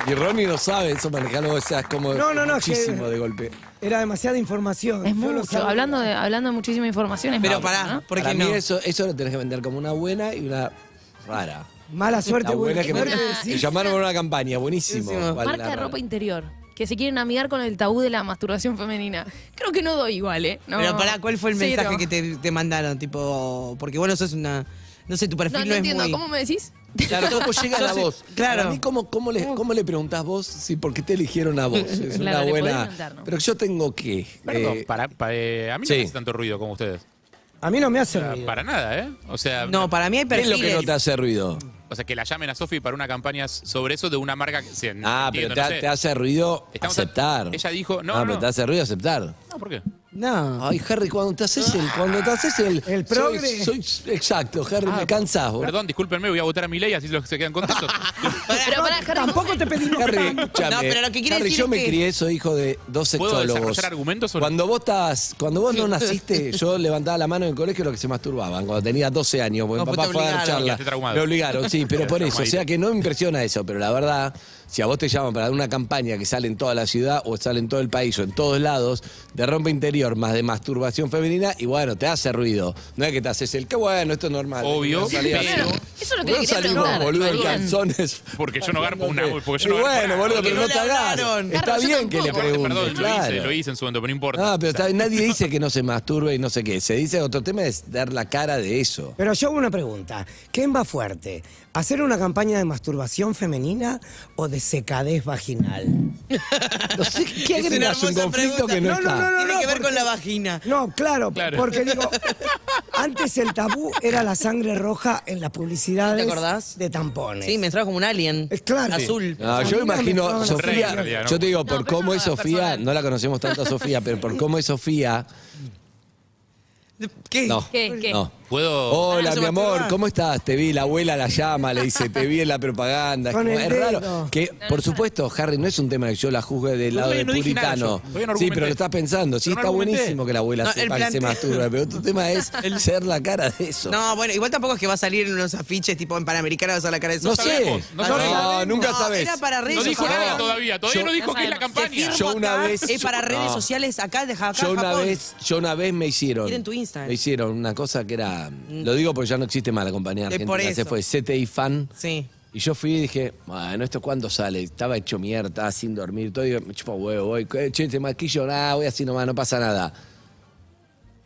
Speaker 2: y Ronnie lo sabe, eso manejarlo, o sea, es como
Speaker 5: No, no, no, es que-
Speaker 2: muchísimo de golpe.
Speaker 5: Era demasiada información.
Speaker 8: Es
Speaker 5: Yo lo
Speaker 8: mucho.
Speaker 5: sabía.
Speaker 8: Hablando de, hablando de muchísima información, es
Speaker 3: Pero
Speaker 8: malo,
Speaker 3: pará,
Speaker 8: ¿no?
Speaker 3: ¿por
Speaker 2: Ah, para
Speaker 3: qué
Speaker 2: mí
Speaker 3: no?
Speaker 2: eso, eso lo tenés que vender como una buena y una rara.
Speaker 5: Mala suerte,
Speaker 2: La buena
Speaker 5: buena
Speaker 2: que me, Ah.
Speaker 5: suerte.
Speaker 2: me llamaron para una campaña, buenísimo.
Speaker 3: Buenísimo.
Speaker 2: Vale, la
Speaker 8: Marca de
Speaker 2: rara.
Speaker 8: ropa interior. Que se quieren amigar con el tabú de la masturbación femenina. Creo que no doy igual, ¿eh? No.
Speaker 3: Pero pará, ¿cuál fue el
Speaker 8: Cero.
Speaker 3: mensaje que te, te mandaron? Tipo, porque vos no sos una. No sé, tu perfil
Speaker 8: No,
Speaker 3: no,
Speaker 8: no,
Speaker 3: es
Speaker 8: entiendo.
Speaker 3: muy.
Speaker 8: ¿Cómo me decís?
Speaker 2: Claro, ¿cómo llega la
Speaker 3: Sos-
Speaker 2: voz?
Speaker 3: claro.
Speaker 2: Para mí, ¿cómo, cómo le, ¿cómo le preguntás vos si por qué te eligieron a (laughs) vos? Es
Speaker 8: Claro,
Speaker 2: una
Speaker 8: le podés
Speaker 2: buena.
Speaker 8: preguntar, ¿no?
Speaker 2: Pero yo tengo que.
Speaker 4: Perdón,
Speaker 2: eh,
Speaker 4: para, para- eh, a mí no
Speaker 2: sí.
Speaker 4: me hace tanto ruido como ustedes.
Speaker 5: A mí no me hace
Speaker 4: O sea,
Speaker 5: ruido.
Speaker 4: para nada, ¿eh? O sea,
Speaker 3: No, para mí hay
Speaker 2: ¿Qué es
Speaker 3: perfiles.
Speaker 2: lo que no te hace ruido?
Speaker 4: o sea, que la llamen a Sofi para una campaña sobre eso de una marca que. sí,
Speaker 2: Ah, pero
Speaker 4: entiendo,
Speaker 2: te,
Speaker 4: no sé.
Speaker 2: te hace ruido
Speaker 4: Estamos a-
Speaker 2: aceptar.
Speaker 4: ella dijo- no,
Speaker 2: Ah,
Speaker 4: no,
Speaker 2: pero
Speaker 4: no.
Speaker 2: te hace ruido aceptar.
Speaker 4: No, ¿por qué?
Speaker 3: No.
Speaker 2: Ay, Harry, cuando te haces el. Cuando te haces (laughs) el. Ah,
Speaker 5: El progre.
Speaker 2: Soy, soy- exacto, Harry, me cansás vos.
Speaker 4: Perdón, discúlpenme, voy a votar a mi ley, así los que se
Speaker 2: (laughs)
Speaker 4: quedan contentos.
Speaker 8: Pero pará, Harry,
Speaker 5: Tampoco te pedimos
Speaker 2: Harry,
Speaker 5: tanto.
Speaker 2: escúchame.
Speaker 3: No, pero lo que quiere
Speaker 2: Harry,
Speaker 3: decir
Speaker 2: yo
Speaker 3: es
Speaker 2: me
Speaker 3: que-
Speaker 2: crié, soy hijo de dos
Speaker 4: ¿Puedo
Speaker 2: sexólogos.
Speaker 4: desarrollar argumentos o no?
Speaker 2: Cuando vos estás, cuando vos no
Speaker 4: (laughs)
Speaker 2: naciste, yo levantaba la mano en el colegio los que se masturbaban cuando tenía 12 años, porque
Speaker 3: No,
Speaker 2: mi
Speaker 3: pues
Speaker 2: papá
Speaker 3: te
Speaker 2: fue a dar
Speaker 3: obligaron.
Speaker 2: charla.
Speaker 4: Quedaste traumado.
Speaker 2: Me obligaron, sí,
Speaker 4: (laughs)
Speaker 2: pero por eso, o sea
Speaker 4: Traumadito.
Speaker 2: que no me impresiona eso, pero la verdad, si a vos te llaman para dar una campaña que sale en toda la ciudad o sale en todo el país o en todos lados, de rompe interior más de masturbación femenina y bueno, te hace ruido. No es que te haces el qué bueno, esto es normal.
Speaker 4: Obvio,
Speaker 2: No salía así.
Speaker 4: pero-
Speaker 8: Eso es lo que
Speaker 2: no
Speaker 8: le quería
Speaker 2: salimos,
Speaker 8: preguntar.
Speaker 2: boludo, en
Speaker 8: Marian.
Speaker 2: calzones.
Speaker 4: Porque yo no garpo una. Porque yo
Speaker 2: Y
Speaker 4: no garpo
Speaker 2: bueno,
Speaker 4: nada.
Speaker 2: boludo,
Speaker 3: Porque
Speaker 2: pero
Speaker 3: no
Speaker 2: no
Speaker 3: le
Speaker 2: te hagas.
Speaker 3: hablaron.
Speaker 2: Está
Speaker 8: Garro, yo
Speaker 2: bien que le
Speaker 8: tampoco.
Speaker 2: preguntes,
Speaker 4: Perdón, lo
Speaker 2: claro.
Speaker 4: hice, lo hice en su momento, pero no importa.
Speaker 2: Ah, pero está- nadie dice que no se masturbe y no sé qué. Se dice, otro tema es dar la cara de eso.
Speaker 5: Pero yo hago una pregunta. ¿Qué es más fuerte? ¿Hacer una campaña de masturbación femenina o de secadez vaginal?
Speaker 2: No sé, ¿qué
Speaker 3: Es una
Speaker 2: agregas? Un
Speaker 3: hermosa
Speaker 2: conflicto
Speaker 3: pregunta.
Speaker 2: que no,
Speaker 5: No, no,
Speaker 2: está.
Speaker 5: no, no.
Speaker 3: Tiene que ver con
Speaker 5: porque-
Speaker 3: la vagina.
Speaker 5: No, claro,
Speaker 4: Claro.
Speaker 5: porque digo, antes el tabú era la sangre roja en las publicidades
Speaker 3: ¿Te acordás?
Speaker 5: de tampones.
Speaker 3: Sí, me entraba como un alien.
Speaker 5: Es claro.
Speaker 3: Azul.
Speaker 2: No, Ah, yo
Speaker 5: Mira, me
Speaker 2: imagino,
Speaker 5: estaban
Speaker 2: Sofía,
Speaker 4: haciendo reír, ¿no?
Speaker 2: yo te digo, por
Speaker 8: pero
Speaker 2: cómo
Speaker 8: no
Speaker 2: es
Speaker 8: a las
Speaker 2: Sofía,
Speaker 8: personas.
Speaker 2: no la conocemos tanto a Sofía, pero por cómo es Sofía,
Speaker 3: ¿Qué?
Speaker 2: no.
Speaker 8: ¿Qué? ¿Qué?
Speaker 2: No.
Speaker 4: ¿Puedo?
Speaker 2: Hola,
Speaker 3: Ah, se
Speaker 2: mi
Speaker 3: me
Speaker 2: amor,
Speaker 3: activa.
Speaker 2: ¿cómo estás? Te vi, la abuela la llama, le dice, te vi en la propaganda. Es
Speaker 5: Con
Speaker 2: como-
Speaker 5: el
Speaker 2: es
Speaker 5: dedo.
Speaker 2: raro. Que, por supuesto, Harry, no es un tema que yo la juzgue del
Speaker 4: No,
Speaker 2: lado de
Speaker 4: todavía no dije nada
Speaker 2: puritano.
Speaker 4: yo. Todavía
Speaker 2: sí,
Speaker 4: no argumenté.
Speaker 2: pero lo estás pensando. Sí,
Speaker 4: Pero no
Speaker 2: está
Speaker 4: argumenté.
Speaker 2: buenísimo que la abuela
Speaker 3: No, el
Speaker 2: sepa que
Speaker 3: plan-
Speaker 2: se masturba, pero tu tema
Speaker 4: (laughs)
Speaker 2: es ser la cara de eso.
Speaker 3: No, bueno, igual tampoco es que va a salir en unos afiches tipo en Panamericana vas a la cara de
Speaker 2: No
Speaker 3: Sosa.
Speaker 2: sé.
Speaker 4: no
Speaker 2: No,
Speaker 4: sabemos.
Speaker 2: nunca
Speaker 3: No,
Speaker 2: sabes.
Speaker 3: Era para redes
Speaker 4: No dijo
Speaker 3: sociales.
Speaker 4: nada todavía. Todavía
Speaker 2: Yo-
Speaker 4: no dijo
Speaker 8: Ya
Speaker 4: que es la
Speaker 8: sabemos.
Speaker 3: Te
Speaker 4: campaña.
Speaker 3: firmo
Speaker 2: Yo una
Speaker 3: acá,
Speaker 2: vez-
Speaker 3: Es para redes
Speaker 2: No.
Speaker 3: sociales acá de acá,
Speaker 2: Yo una
Speaker 3: Japón.
Speaker 2: vez, yo una vez me hicieron.
Speaker 3: Miren tu Instagram. Mm.
Speaker 2: Me hicieron una cosa que era. Lo digo porque ya no existe más la compañía
Speaker 3: Es
Speaker 2: argentina.
Speaker 3: por
Speaker 2: Se
Speaker 3: eso.
Speaker 2: fue CTI Fan.
Speaker 3: Sí.
Speaker 2: Y yo fui y dije, bueno, ¿esto cuándo sale? Estaba hecho mierda, estaba sin dormir, todo. Y digo, me chupa huevo, voy, eh, che, te maquillo, nada, voy así nomás, no pasa nada.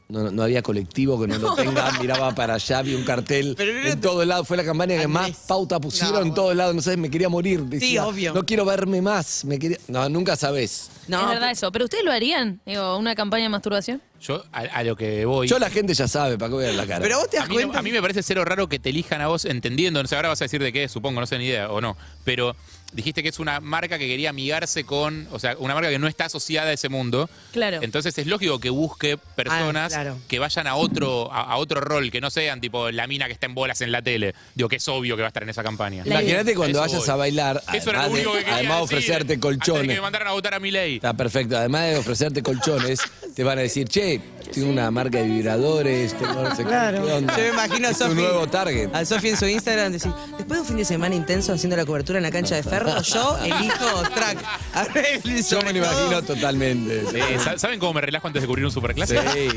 Speaker 2: No, no- no había colectivo que no
Speaker 3: (laughs)
Speaker 2: lo tenga, miraba para allá, vi un cartel
Speaker 3: Pero no
Speaker 2: en
Speaker 3: te-
Speaker 2: todos lados. Fue la campaña que más
Speaker 3: Andrés.
Speaker 2: pauta pusieron
Speaker 3: No,
Speaker 2: en
Speaker 3: bueno.
Speaker 2: todos lados, no sabes, me quería morir. Decía,
Speaker 3: obvio.
Speaker 2: No quiero verme más, me quería... No, nunca sabés.
Speaker 3: No,
Speaker 8: es verdad eso. Pero ustedes lo harían, digo, una campaña de masturbación.
Speaker 4: Yo a, a lo que voy.
Speaker 2: Yo la gente ya sabe, ¿para qué voy a dar la cara?
Speaker 3: Pero vos te das
Speaker 4: a, mí no-
Speaker 3: cuenta.
Speaker 4: a mí me parece cero raro que te elijan a vos entendiendo. No sé, ahora vas a decir de qué, supongo, no sé ni idea o no. Pero dijiste que es una marca que quería amigarse con. O sea, una marca que no está asociada a ese mundo.
Speaker 8: Claro.
Speaker 4: Entonces es lógico que busque personas
Speaker 3: Ah, claro.
Speaker 4: que vayan a otro, a, a otro rol, que no sean tipo la mina que está en bolas en la tele. Digo que es obvio que va a estar en esa campaña.
Speaker 8: La-
Speaker 2: Imagínate cuando
Speaker 4: Eso
Speaker 2: vayas
Speaker 4: voy.
Speaker 2: a bailar,
Speaker 4: Eso era
Speaker 2: además,
Speaker 4: lo único
Speaker 2: de,
Speaker 4: que quería
Speaker 2: además de
Speaker 4: decir,
Speaker 2: ofrecerte
Speaker 4: Antes de que
Speaker 2: colchones.
Speaker 4: me mandaran a votar a mi
Speaker 2: Está perfecto. Además de ofrecerte
Speaker 3: (laughs)
Speaker 2: colchones, te van a decir, che, tengo una marca de vibradores, tengo no sé qué,
Speaker 5: Claro.
Speaker 2: qué onda".
Speaker 3: Yo me imagino a
Speaker 2: Es un
Speaker 3: Sofi.
Speaker 2: nuevo target.
Speaker 3: A Sofi en su Instagram decir, después de un fin de semana intenso haciendo la cobertura en la cancha de ferro, yo elijo track. A ver,
Speaker 2: Yo me
Speaker 3: sobre
Speaker 2: lo
Speaker 3: todo-
Speaker 2: imagino totalmente.
Speaker 4: Eh, ¿Saben cómo me relajo antes de cubrir un superclase?
Speaker 2: Sí.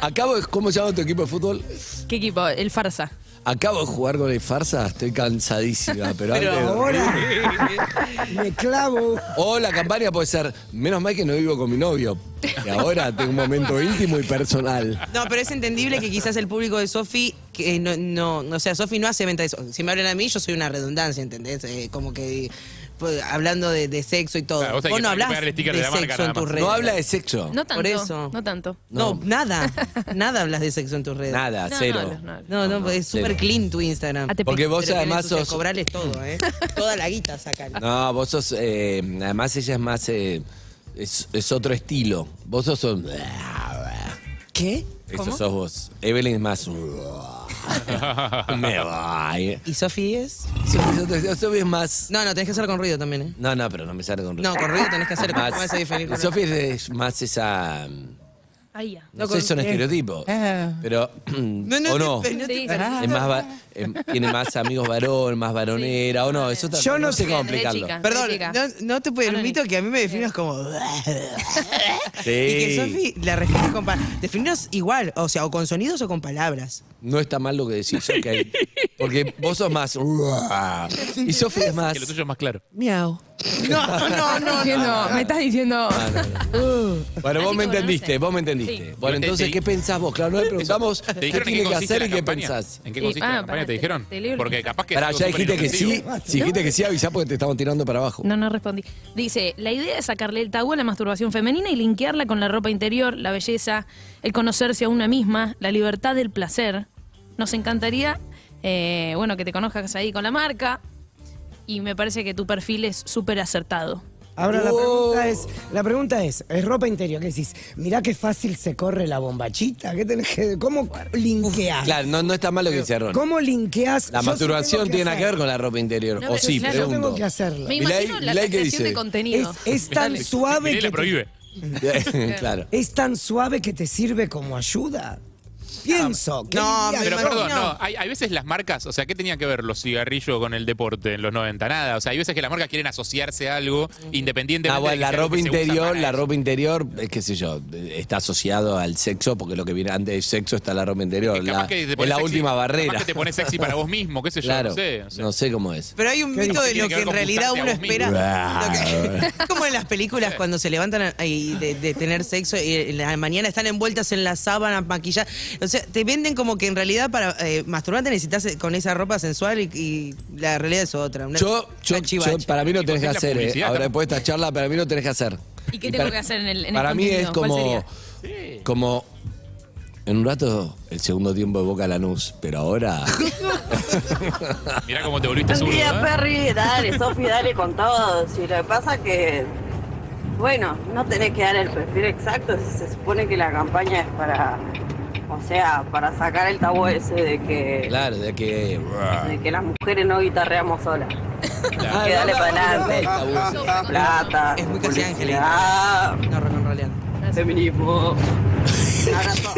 Speaker 2: Acabo de, ¿Cómo se llama tu equipo de fútbol?
Speaker 8: ¿Qué equipo? El farsa.
Speaker 2: Acabo de jugar con el Farsa, estoy
Speaker 3: (laughs)
Speaker 2: cansadísima, pero, antes de dormir-
Speaker 5: Ahora me clavo.
Speaker 2: O la campaña puede ser, menos mal que no vivo con mi novio, que ahora tengo un momento íntimo y personal.
Speaker 3: No, pero es entendible que quizás el público de Sofi, que eh, no, no, no, o sea, Sofi no hace venta de eso. Si me hablan a mí, yo soy una redundancia, ¿entendés? Eh, como que pues, hablando de, de sexo y todo.
Speaker 4: Claro, vos tenés
Speaker 3: vos
Speaker 4: que-
Speaker 3: no
Speaker 4: hay que
Speaker 3: hablas
Speaker 4: pegar el
Speaker 3: de,
Speaker 4: sticker de la marca
Speaker 3: sexo en
Speaker 4: nada
Speaker 3: tus
Speaker 4: más.
Speaker 3: redes.
Speaker 2: No habla de sexo.
Speaker 8: No tanto.
Speaker 3: Por eso.
Speaker 8: No tanto.
Speaker 3: No,
Speaker 2: No.
Speaker 3: nada. Nada hablas de sexo en tus redes.
Speaker 2: Nada,
Speaker 8: No,
Speaker 2: cero.
Speaker 8: no, no,
Speaker 3: No, no, pues, es súper
Speaker 2: cero.
Speaker 3: clean tu Instagram.
Speaker 8: ATP.
Speaker 2: Porque vos
Speaker 3: Pero tienen
Speaker 2: además
Speaker 3: sus-
Speaker 2: sos.
Speaker 3: Cobrales todo, ¿eh? Toda la guita sacan.
Speaker 2: No, vos sos. eh, además, ella es más. eh, es, es otro estilo. Vos sos. un-
Speaker 3: ¿Qué?
Speaker 2: Eso sos vos. Evelyn es más. Me voy.
Speaker 3: ¿Y Sofi es?
Speaker 2: Sos- sos- sos- sos más.
Speaker 3: No, no, tenés que hacerlo con ruido también, ¿eh?
Speaker 2: No, no, pero no me sale con
Speaker 3: No, con ruido tenés que hacerlo. ¿Cómo vas a diferir con
Speaker 2: Más, Sofía es más esa.
Speaker 8: Ahí ya.
Speaker 2: No, sé, son estereotipos. Pero. o no.
Speaker 3: te- no te-
Speaker 8: Sí,
Speaker 2: Es más va- eh, tiene más amigos varón, más varonera, o no, eso también.
Speaker 5: Yo no
Speaker 2: sé
Speaker 5: sé
Speaker 2: cómo
Speaker 8: de
Speaker 2: explicarlo.
Speaker 8: chica.
Speaker 3: Perdón,
Speaker 8: Chica.
Speaker 3: no, no te permito que a mí me definas como. Y que Sofi la refieres con. pa- Definirnos igual, o sea, o con sonidos o con palabras.
Speaker 2: No está mal lo que decís,
Speaker 4: (laughs)
Speaker 2: ok. Porque vos sos más. "Uah". Y Sofi es más.
Speaker 4: Que lo tuyo es más claro.
Speaker 8: Miau.
Speaker 3: No, no, no.
Speaker 8: Diciendo, me estás diciendo.
Speaker 2: Ah, Bueno, vos
Speaker 8: Así
Speaker 2: me
Speaker 8: que bueno,
Speaker 2: entendiste,
Speaker 8: no sé.
Speaker 2: vos me entendiste.
Speaker 8: Sí.
Speaker 2: Bueno,
Speaker 4: Te-
Speaker 2: entonces,
Speaker 4: te-
Speaker 2: ¿qué pensás vos? Claro, no le preguntamos
Speaker 4: eh, ¿Te
Speaker 2: qué
Speaker 4: dijeron en qué
Speaker 2: tiene que
Speaker 4: consiste
Speaker 2: hacer
Speaker 4: la
Speaker 2: y qué
Speaker 4: campaña?
Speaker 2: pensás.
Speaker 4: ¿En qué
Speaker 8: Sí,
Speaker 4: consiste
Speaker 8: ah,
Speaker 4: la
Speaker 8: pará,
Speaker 4: campaña? ¿Te
Speaker 8: te-
Speaker 4: dijeron?
Speaker 8: te leo el
Speaker 4: Porque
Speaker 8: mensaje.
Speaker 4: capaz que. es
Speaker 2: Pará,
Speaker 4: algo
Speaker 2: ya dijiste que sí,
Speaker 4: superinofensivo.
Speaker 2: si dijiste que sí, avisá porque te estamos tirando para abajo.
Speaker 8: No, no respondí. Dice, la idea es sacarle el tabú a la masturbación femenina y linkearla con la ropa interior, la belleza, el conocerse a una misma, la libertad del placer. Nos encantaría, eh, bueno, que te conozcas ahí con la marca y me parece que tu perfil es súper acertado.
Speaker 5: Ahora la
Speaker 2: Wow.
Speaker 5: pregunta es, la pregunta es, es ropa interior, ¿qué decís? Mirá qué fácil se corre la bombachita, ¿qué tenés que, cómo linkear?
Speaker 2: Claro, no, no está mal lo que dice Ron.
Speaker 5: ¿Cómo linkeás?
Speaker 2: La
Speaker 5: Yo
Speaker 2: masturbación
Speaker 5: sí tengo
Speaker 2: tiene nada que ver
Speaker 5: hacer.
Speaker 2: con la ropa interior.
Speaker 8: No,
Speaker 2: o
Speaker 8: pero
Speaker 2: sí,
Speaker 8: claro.
Speaker 5: Yo tengo que hacerlo.
Speaker 8: Me
Speaker 2: Milei-
Speaker 8: imagino la, la
Speaker 2: Milei, ¿qué
Speaker 8: creación de
Speaker 2: dice?
Speaker 8: contenido.
Speaker 5: Es- es tan
Speaker 8: Dale.
Speaker 5: suave
Speaker 4: Milei
Speaker 5: que
Speaker 4: la
Speaker 5: te-
Speaker 4: prohíbe.
Speaker 2: pregunto. (laughs) claro.
Speaker 5: Es tan suave que te sirve como ayuda. Pienso. que
Speaker 3: no,
Speaker 5: diría
Speaker 4: Pero
Speaker 5: yo?
Speaker 4: perdón, no, hay, hay veces las marcas, o sea, ¿qué tenían que ver los cigarrillos con el deporte en los 90? Nada, o sea, hay veces que las marcas quieren asociarse a algo independientemente
Speaker 2: Ah,
Speaker 4: de que
Speaker 2: bueno, la
Speaker 4: sea algo
Speaker 2: ropa
Speaker 4: que se usa
Speaker 2: interior,
Speaker 4: para
Speaker 2: la
Speaker 4: eso.
Speaker 2: ropa interior, es qué sé yo, está asociado al sexo, porque lo que viene antes del sexo está la ropa interior.
Speaker 4: Capaz
Speaker 2: la-
Speaker 4: que te
Speaker 2: es
Speaker 4: pones
Speaker 2: la
Speaker 4: sexy-
Speaker 2: última
Speaker 4: capaz
Speaker 2: barrera.
Speaker 4: que te pones sexy para vos mismo, qué sé yo,
Speaker 2: Claro,
Speaker 4: no sé. o sea.
Speaker 2: cómo es.
Speaker 3: Pero hay un mito de
Speaker 4: Tiene
Speaker 3: lo
Speaker 4: que
Speaker 3: que,
Speaker 4: ver
Speaker 3: en
Speaker 4: con
Speaker 3: realidad
Speaker 4: buscarte a
Speaker 3: uno
Speaker 4: vos mismo.
Speaker 3: espera. Lo que- (laughs) como en las películas cuando se levantan a- y de, de tener sexo y en la mañana están envueltas en la sábana, maquilladas. O sea, te venden como que en realidad para eh, masturbarte necesitas eh, con esa ropa sensual y, y la realidad es otra. una-
Speaker 2: Yo, yo, yo-
Speaker 3: una chivacha.
Speaker 2: para mí no
Speaker 4: Y
Speaker 2: tenés que
Speaker 4: vos tenés la
Speaker 2: hacer, eh.
Speaker 4: publicidad
Speaker 2: ahora
Speaker 4: también.
Speaker 2: después de esta charla, para mí no tenés que hacer.
Speaker 8: ¿Y qué
Speaker 2: Y
Speaker 8: tengo
Speaker 2: para-
Speaker 8: que hacer en el- en el
Speaker 2: Para mí es como,
Speaker 8: contenido? ¿Cuál sería?
Speaker 2: como, en un rato, el segundo tiempo de Boca Lanús, pero
Speaker 8: (laughs)
Speaker 2: ahora...
Speaker 4: Mirá cómo te volviste zurdo. ¿eh?
Speaker 7: Perry, dale, Sofi, dale con todo. Si lo que pasa que, bueno, no tenés que dar el perfil exacto, si se supone que la campaña es para O sea, para sacar el tabú ese de que,
Speaker 2: Claro, de que.
Speaker 7: de que las mujeres no guitarreamos solas.
Speaker 2: Ah,
Speaker 7: que dale
Speaker 2: no,
Speaker 7: para
Speaker 2: no,
Speaker 7: adelante.
Speaker 2: no, no, no, no, no, no.
Speaker 7: Plata.
Speaker 3: Es muy casi
Speaker 7: publicidad,
Speaker 3: No, no, en realidad. no.
Speaker 7: Feminismo. Abrazo.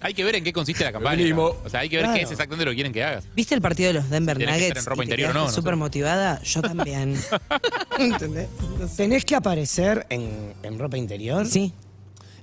Speaker 4: Hay que ver en qué consiste la campaña.
Speaker 2: Feminismo.
Speaker 4: O sea, hay que ver qué es exactamente lo que quieren que hagas.
Speaker 3: ¿Viste el partido de los Denver
Speaker 4: Tiene que
Speaker 3: Nuggets?
Speaker 4: estar en ropa
Speaker 3: y te
Speaker 4: interior,
Speaker 3: quedaste
Speaker 4: ¿no? No
Speaker 3: súper
Speaker 4: sé.
Speaker 3: motivada, yo también.
Speaker 4: (laughs)
Speaker 3: ¿Entendés?
Speaker 5: ¿Tenés que aparecer en, en ropa interior?
Speaker 3: Sí.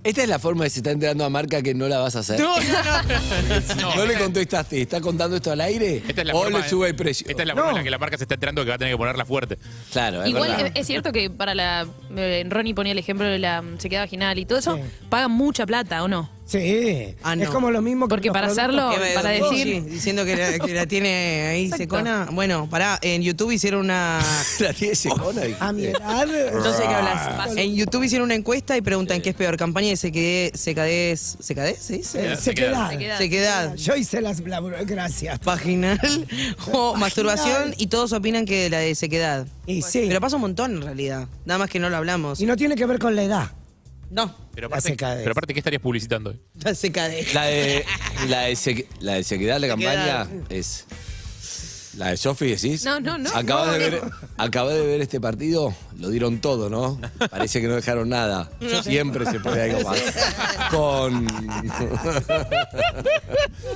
Speaker 2: Esta es la forma de se está enterando a marca que no la vas a hacer.
Speaker 3: No, no, no.
Speaker 4: No, este-
Speaker 2: No, le contestaste, ¿está contando esto al aire?
Speaker 4: Esta es la
Speaker 2: o
Speaker 4: forma
Speaker 2: le sube el precio.
Speaker 4: Esta es la
Speaker 5: No.
Speaker 4: forma en la que la marca se está enterando que va a tener que ponerla fuerte.
Speaker 2: Claro, Ah, es
Speaker 8: Igual
Speaker 2: verdad.
Speaker 8: es, es cierto que para la. eh, Ronnie ponía el ejemplo de la mm, sequedad vaginal y todo eso,
Speaker 5: Sí.
Speaker 8: pagan mucha plata, ¿o no?
Speaker 5: Sí.
Speaker 3: Ah, no.
Speaker 5: Es como lo mismo que
Speaker 8: Porque
Speaker 5: los
Speaker 8: para
Speaker 5: productos-
Speaker 8: hacerlo,
Speaker 3: Que me-
Speaker 8: para
Speaker 3: vos,
Speaker 8: decir.
Speaker 3: sí, diciendo que la, que la tiene ahí
Speaker 8: Exacto.
Speaker 3: secona. Bueno, pará, en YouTube hicieron una.
Speaker 2: La tiene secona, dijiste.
Speaker 8: Ah,
Speaker 5: A mi edad. eh,
Speaker 3: No sé qué hablas. En YouTube hicieron una encuesta y preguntan qué es peor, campaña de sequedad, secadez, secadez, ¿se dice?
Speaker 5: Eh,
Speaker 4: Sequedad.
Speaker 5: sequedad.
Speaker 3: Sequedad
Speaker 5: Yo hice las laburo- gracias.
Speaker 3: vaginal (laughs) o masturbación y todos opinan que la de sequedad.
Speaker 5: Y sí.
Speaker 3: Pero pasa un montón en realidad, nada más que no lo hablamos.
Speaker 5: Y no tiene que ver con la edad.
Speaker 3: No,
Speaker 4: Pero
Speaker 5: La
Speaker 4: aparte,
Speaker 5: secadez.
Speaker 4: pero aparte, ¿qué estarías publicitando hoy?
Speaker 3: la secadez.
Speaker 2: La de, la de, seque- la de sequedad de campaña es. ¿La de Sofi decís?
Speaker 8: No, no, no.
Speaker 2: Acabas
Speaker 8: No,
Speaker 2: de
Speaker 8: no.
Speaker 2: ver, acabás de ver este partido, lo dieron todo, ¿no? Parece que no dejaron nada. Siempre se puede algo más. Con.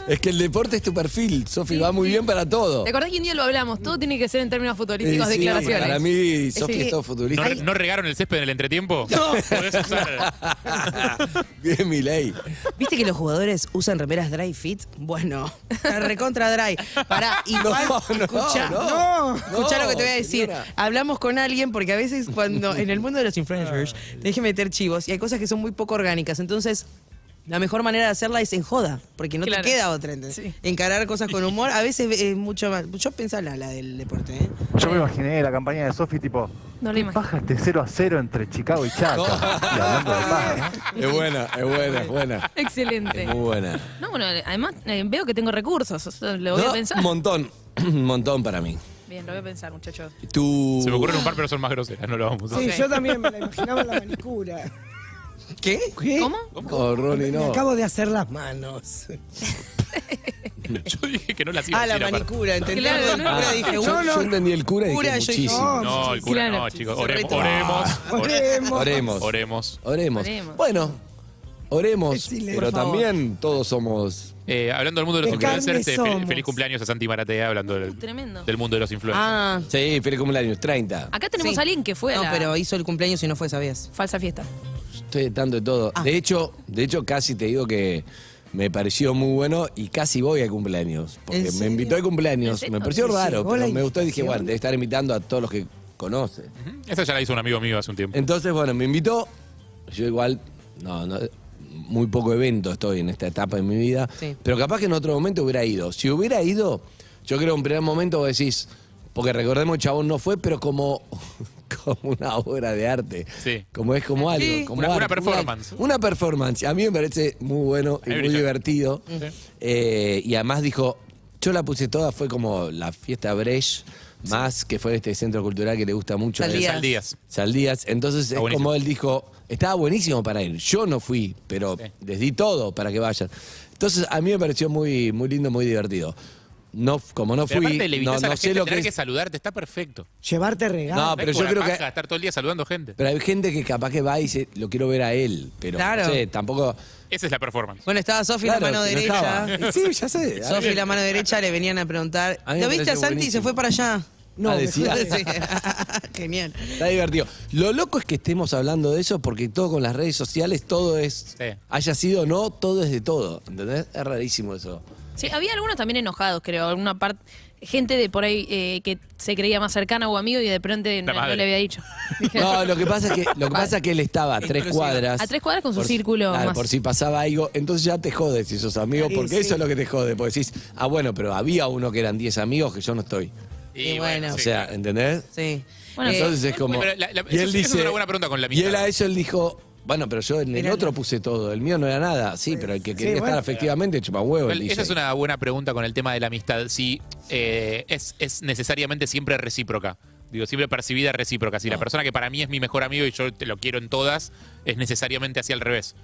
Speaker 2: es que el deporte es tu perfil, Sofi, va muy bien para todo.
Speaker 8: ¿Te acordás que un día lo hablamos? Todo tiene que ser en términos futbolísticos,
Speaker 2: Eh, sí,
Speaker 8: declaraciones.
Speaker 2: para mí,
Speaker 8: Sí.
Speaker 2: Sofi es todo
Speaker 4: ¿No,
Speaker 2: futurista.
Speaker 4: no regaron el césped en el entretiempo? No. (laughs) Podés usar.
Speaker 2: (laughs) bien, mi ley.
Speaker 3: ¿Viste que los jugadores usan remeras dry fit? Bueno, (laughs) recontra dry. Pará, igual,
Speaker 2: No, no,
Speaker 3: escuchá,
Speaker 2: no.
Speaker 3: escuchá lo que te voy a decir.
Speaker 2: señora.
Speaker 3: Hablamos con alguien porque a veces cuando en el mundo de los influencers tenés que meter chivos y hay cosas que son muy poco orgánicas. Entonces, la mejor manera de hacerla es en joda, porque no
Speaker 8: Claro.
Speaker 3: te queda otra. ¿entendés?
Speaker 8: Sí.
Speaker 3: Encarar cosas con humor a veces es mucho más. Yo pensala la del deporte, ¿eh?
Speaker 9: Yo me imaginé la campaña de Sofi tipo,
Speaker 8: No lo imagino.
Speaker 9: baja este 0 a 0 entre Chicago y
Speaker 2: (laughs)
Speaker 9: Chaco. Y hablando de paja, ¿no?
Speaker 2: Es buena, es buena, es buena.
Speaker 8: Excelente.
Speaker 2: Es muy buena.
Speaker 8: No, bueno, además eh, veo que tengo recursos. o sea, Lo voy
Speaker 2: No,
Speaker 8: a pensar.
Speaker 2: Un montón, (clears throat) un montón para mí.
Speaker 8: Bien, lo voy a pensar, muchachos.
Speaker 2: Tú.
Speaker 4: Se me ocurren un par, pero son más groseras. No lo vamos a
Speaker 5: Sí,
Speaker 4: usar.
Speaker 5: yo también me la imaginaba en la manicura.
Speaker 3: ¿Qué?
Speaker 5: ¿Qué?
Speaker 8: ¿Cómo?
Speaker 2: Oh, Ronnie,
Speaker 5: Me
Speaker 2: no.
Speaker 5: acabo de hacer las manos.
Speaker 4: (laughs) Yo dije que no las iba
Speaker 3: Ah,
Speaker 4: a
Speaker 3: la
Speaker 4: decir. aparte.
Speaker 3: manicura, ¿entendés? Ah.
Speaker 8: Claro,
Speaker 2: ah,
Speaker 3: La
Speaker 8: no,
Speaker 3: manicura,
Speaker 8: no.
Speaker 3: dije,
Speaker 2: yo,
Speaker 3: "Uy,
Speaker 2: yo entendí el cura y
Speaker 3: Cura,
Speaker 2: dije
Speaker 3: yo dije,
Speaker 2: muchísimo.
Speaker 4: No, el cura
Speaker 8: Claro.
Speaker 4: no, chicos. Oremos.
Speaker 3: retoma.
Speaker 4: Oremos.
Speaker 5: Oremos.
Speaker 2: Oremos.
Speaker 4: Oremos.
Speaker 2: Oremos.
Speaker 8: Oremos.
Speaker 2: Bueno, oremos.
Speaker 5: Decile,
Speaker 2: Pero
Speaker 5: por favor.
Speaker 2: también todos somos.
Speaker 4: Eh, hablando del mundo de los
Speaker 5: De carne
Speaker 4: influencers, eh, fel-
Speaker 5: somos.
Speaker 4: feliz cumpleaños a Santi Maratea hablando del,
Speaker 8: Tremendo.
Speaker 4: del mundo de los influencers.
Speaker 3: Ah,
Speaker 2: Sí, feliz cumpleaños, 30.
Speaker 8: Acá tenemos
Speaker 3: Sí.
Speaker 8: a alguien que fue a
Speaker 3: No,
Speaker 8: la
Speaker 3: pero hizo el cumpleaños y no fue, ¿sabías?
Speaker 8: falsa fiesta.
Speaker 2: Estoy tanto de todo.
Speaker 8: Ah.
Speaker 2: De hecho, de hecho, casi te digo que me pareció muy bueno y casi voy a cumpleaños. Porque me invitó al
Speaker 8: ¿En
Speaker 2: cumpleaños.
Speaker 8: serio?
Speaker 2: Me pareció raro,
Speaker 5: hola,
Speaker 2: pero me gustó y dije,
Speaker 5: invitación.
Speaker 2: bueno, debe estar invitando a todos los que conoce.
Speaker 4: Esa ya la hizo un amigo mío hace un tiempo.
Speaker 2: Entonces, bueno, me invitó. Yo igual, no, no, muy poco evento estoy en esta etapa de mi vida.
Speaker 3: Sí.
Speaker 2: Pero capaz que en otro momento hubiera ido. Si hubiera ido, yo creo en primer momento vos decís, porque recordemos, el chabón no fue, pero como, (laughs) como una obra de arte.
Speaker 4: Sí.
Speaker 2: Como es como algo. como
Speaker 4: Una- una
Speaker 2: arte,
Speaker 4: performance.
Speaker 2: Una, performance. A mí me parece muy bueno y
Speaker 4: Ahí
Speaker 2: muy
Speaker 4: brilló.
Speaker 2: divertido. Eh, y además dijo, yo la puse toda, fue como la fiesta Brecht. Más que fue este centro cultural que le gusta mucho. a él.
Speaker 3: Saldías.
Speaker 4: Saldías.
Speaker 2: Saldías. Entonces es
Speaker 4: buenísimo.
Speaker 2: como él dijo, estaba buenísimo para él. Yo no fui, pero les di todo para que vayan. Entonces a mí me pareció muy, muy lindo, muy divertido. No, como no
Speaker 4: Pero
Speaker 2: fui,
Speaker 4: aparte
Speaker 2: no,
Speaker 4: le evitas a
Speaker 2: no
Speaker 4: la
Speaker 2: sé
Speaker 4: gente
Speaker 2: lo
Speaker 4: tener
Speaker 2: que
Speaker 4: que
Speaker 2: es.
Speaker 4: saludarte, está perfecto.
Speaker 5: Llevarte regalos. (laughs)
Speaker 2: No, pero
Speaker 4: Es
Speaker 2: yo
Speaker 4: una
Speaker 2: creo que-
Speaker 4: paja estar todo el día saludando gente.
Speaker 2: Pero hay gente que capaz que va y dice, lo quiero ver a él. Pero
Speaker 3: Claro.
Speaker 2: no sé, tampoco.
Speaker 4: Esa es la performance.
Speaker 3: Bueno, estaba Sofi
Speaker 2: Claro,
Speaker 3: la mano
Speaker 2: no
Speaker 3: derecha.
Speaker 2: estaba. Sí, ya sé.
Speaker 3: (laughs) Sofi la mano derecha le venían a preguntar.
Speaker 2: Eh, A mí me
Speaker 3: ¿Lo viste a
Speaker 2: parece
Speaker 3: Santi? y Se
Speaker 2: buenísimo.
Speaker 3: fue para allá.
Speaker 5: No,
Speaker 2: Ah,
Speaker 5: me
Speaker 2: decía. (laughs)
Speaker 5: fui de-
Speaker 3: Sí. (laughs) Genial.
Speaker 2: Está divertido. Lo loco es que estemos hablando de eso porque todo con las redes sociales, todo es.
Speaker 4: Sí.
Speaker 2: Haya sido o no, todo es de todo. ¿Entendés? Es rarísimo eso.
Speaker 8: Sí, había algunos también enojados, creo. Alguna parte, gente de por ahí eh, que se creía más cercana o amigo y de pronto no,
Speaker 4: La madre.
Speaker 8: no le había dicho.
Speaker 2: (laughs) No, lo que pasa es que, lo que, pasa es que él estaba a tres cuadras.
Speaker 8: A tres cuadras con su
Speaker 2: Por-
Speaker 8: círculo
Speaker 2: claro,
Speaker 8: más.
Speaker 2: por si pasaba algo. Entonces ya te jodes si sos amigo,
Speaker 5: Sí,
Speaker 2: porque
Speaker 5: sí.
Speaker 2: eso es lo que te jode. Porque decís, ah, bueno, pero había uno que eran 10 amigos que yo no estoy.
Speaker 3: Y bueno.
Speaker 2: O
Speaker 4: sí,
Speaker 2: sea,
Speaker 4: claro.
Speaker 2: ¿entendés?
Speaker 3: Sí.
Speaker 8: Bueno,
Speaker 3: Eh,
Speaker 2: Entonces es como.
Speaker 4: Pero la- la-
Speaker 2: y
Speaker 4: eso-
Speaker 2: él
Speaker 4: eso
Speaker 2: dice.
Speaker 4: es una buena pregunta con la
Speaker 2: y
Speaker 4: amistad.
Speaker 2: él a eso él dijo. Bueno, pero yo en el
Speaker 3: Era-
Speaker 2: otro puse todo. El mío no era nada.
Speaker 4: Pues,
Speaker 2: Sí, pero el que quería
Speaker 5: bueno.
Speaker 2: estar afectivamente chupa huevo. el
Speaker 4: Igual, Esa
Speaker 2: DJ.
Speaker 4: es una buena pregunta con el tema de la amistad. Si eh, es, es necesariamente siempre recíproca. Digo, siempre percibida
Speaker 2: Ah.
Speaker 4: recíproca. Si la persona que para mí es mi mejor amigo y yo te lo quiero en todas, es necesariamente hacia el revés.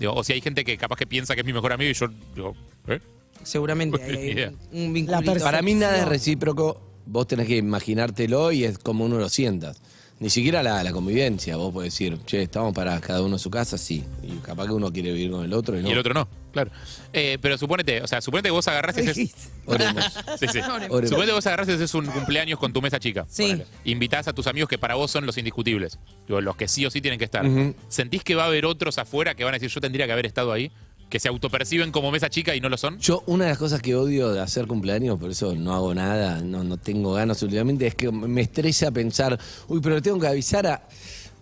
Speaker 4: Digo, o si hay gente que capaz que piensa que es mi mejor amigo y yo digo, ¿eh?
Speaker 3: Seguramente hay, hay
Speaker 4: Idea.
Speaker 3: un, un
Speaker 5: La
Speaker 3: vinculito.
Speaker 2: Para mí nada es recíproco. Vos tenés que imaginártelo y es como uno lo sientas. Ni siquiera la, la convivencia. Vos podés decir, che, estamos para cada uno en su casa, sí. Y capaz que uno quiere vivir con el otro y no.
Speaker 4: Y el otro no, claro. Eh, pero suponete, o sea, suponete que vos
Speaker 2: (laughs)
Speaker 4: agarrás y haces. Sí, (laughs)
Speaker 2: Oremos.
Speaker 4: sí.
Speaker 2: Oremos.
Speaker 4: Suponete que vos agarrás y haces un cumpleaños con tu mesa chica.
Speaker 3: Sí.
Speaker 4: Ponele. Invitás a tus amigos que para vos son los indiscutibles. Digo, los que sí o sí tienen que estar.
Speaker 2: Ujú.
Speaker 4: ¿Sentís que va a haber otros afuera que van a decir yo tendría que haber estado ahí? Que se autoperciben como mesa chica y no lo son.
Speaker 2: Yo, una de las cosas que odio de hacer cumpleaños, por eso no hago nada, no, no tengo ganas últimamente, es que me estresa pensar, uy, pero le tengo que avisar a.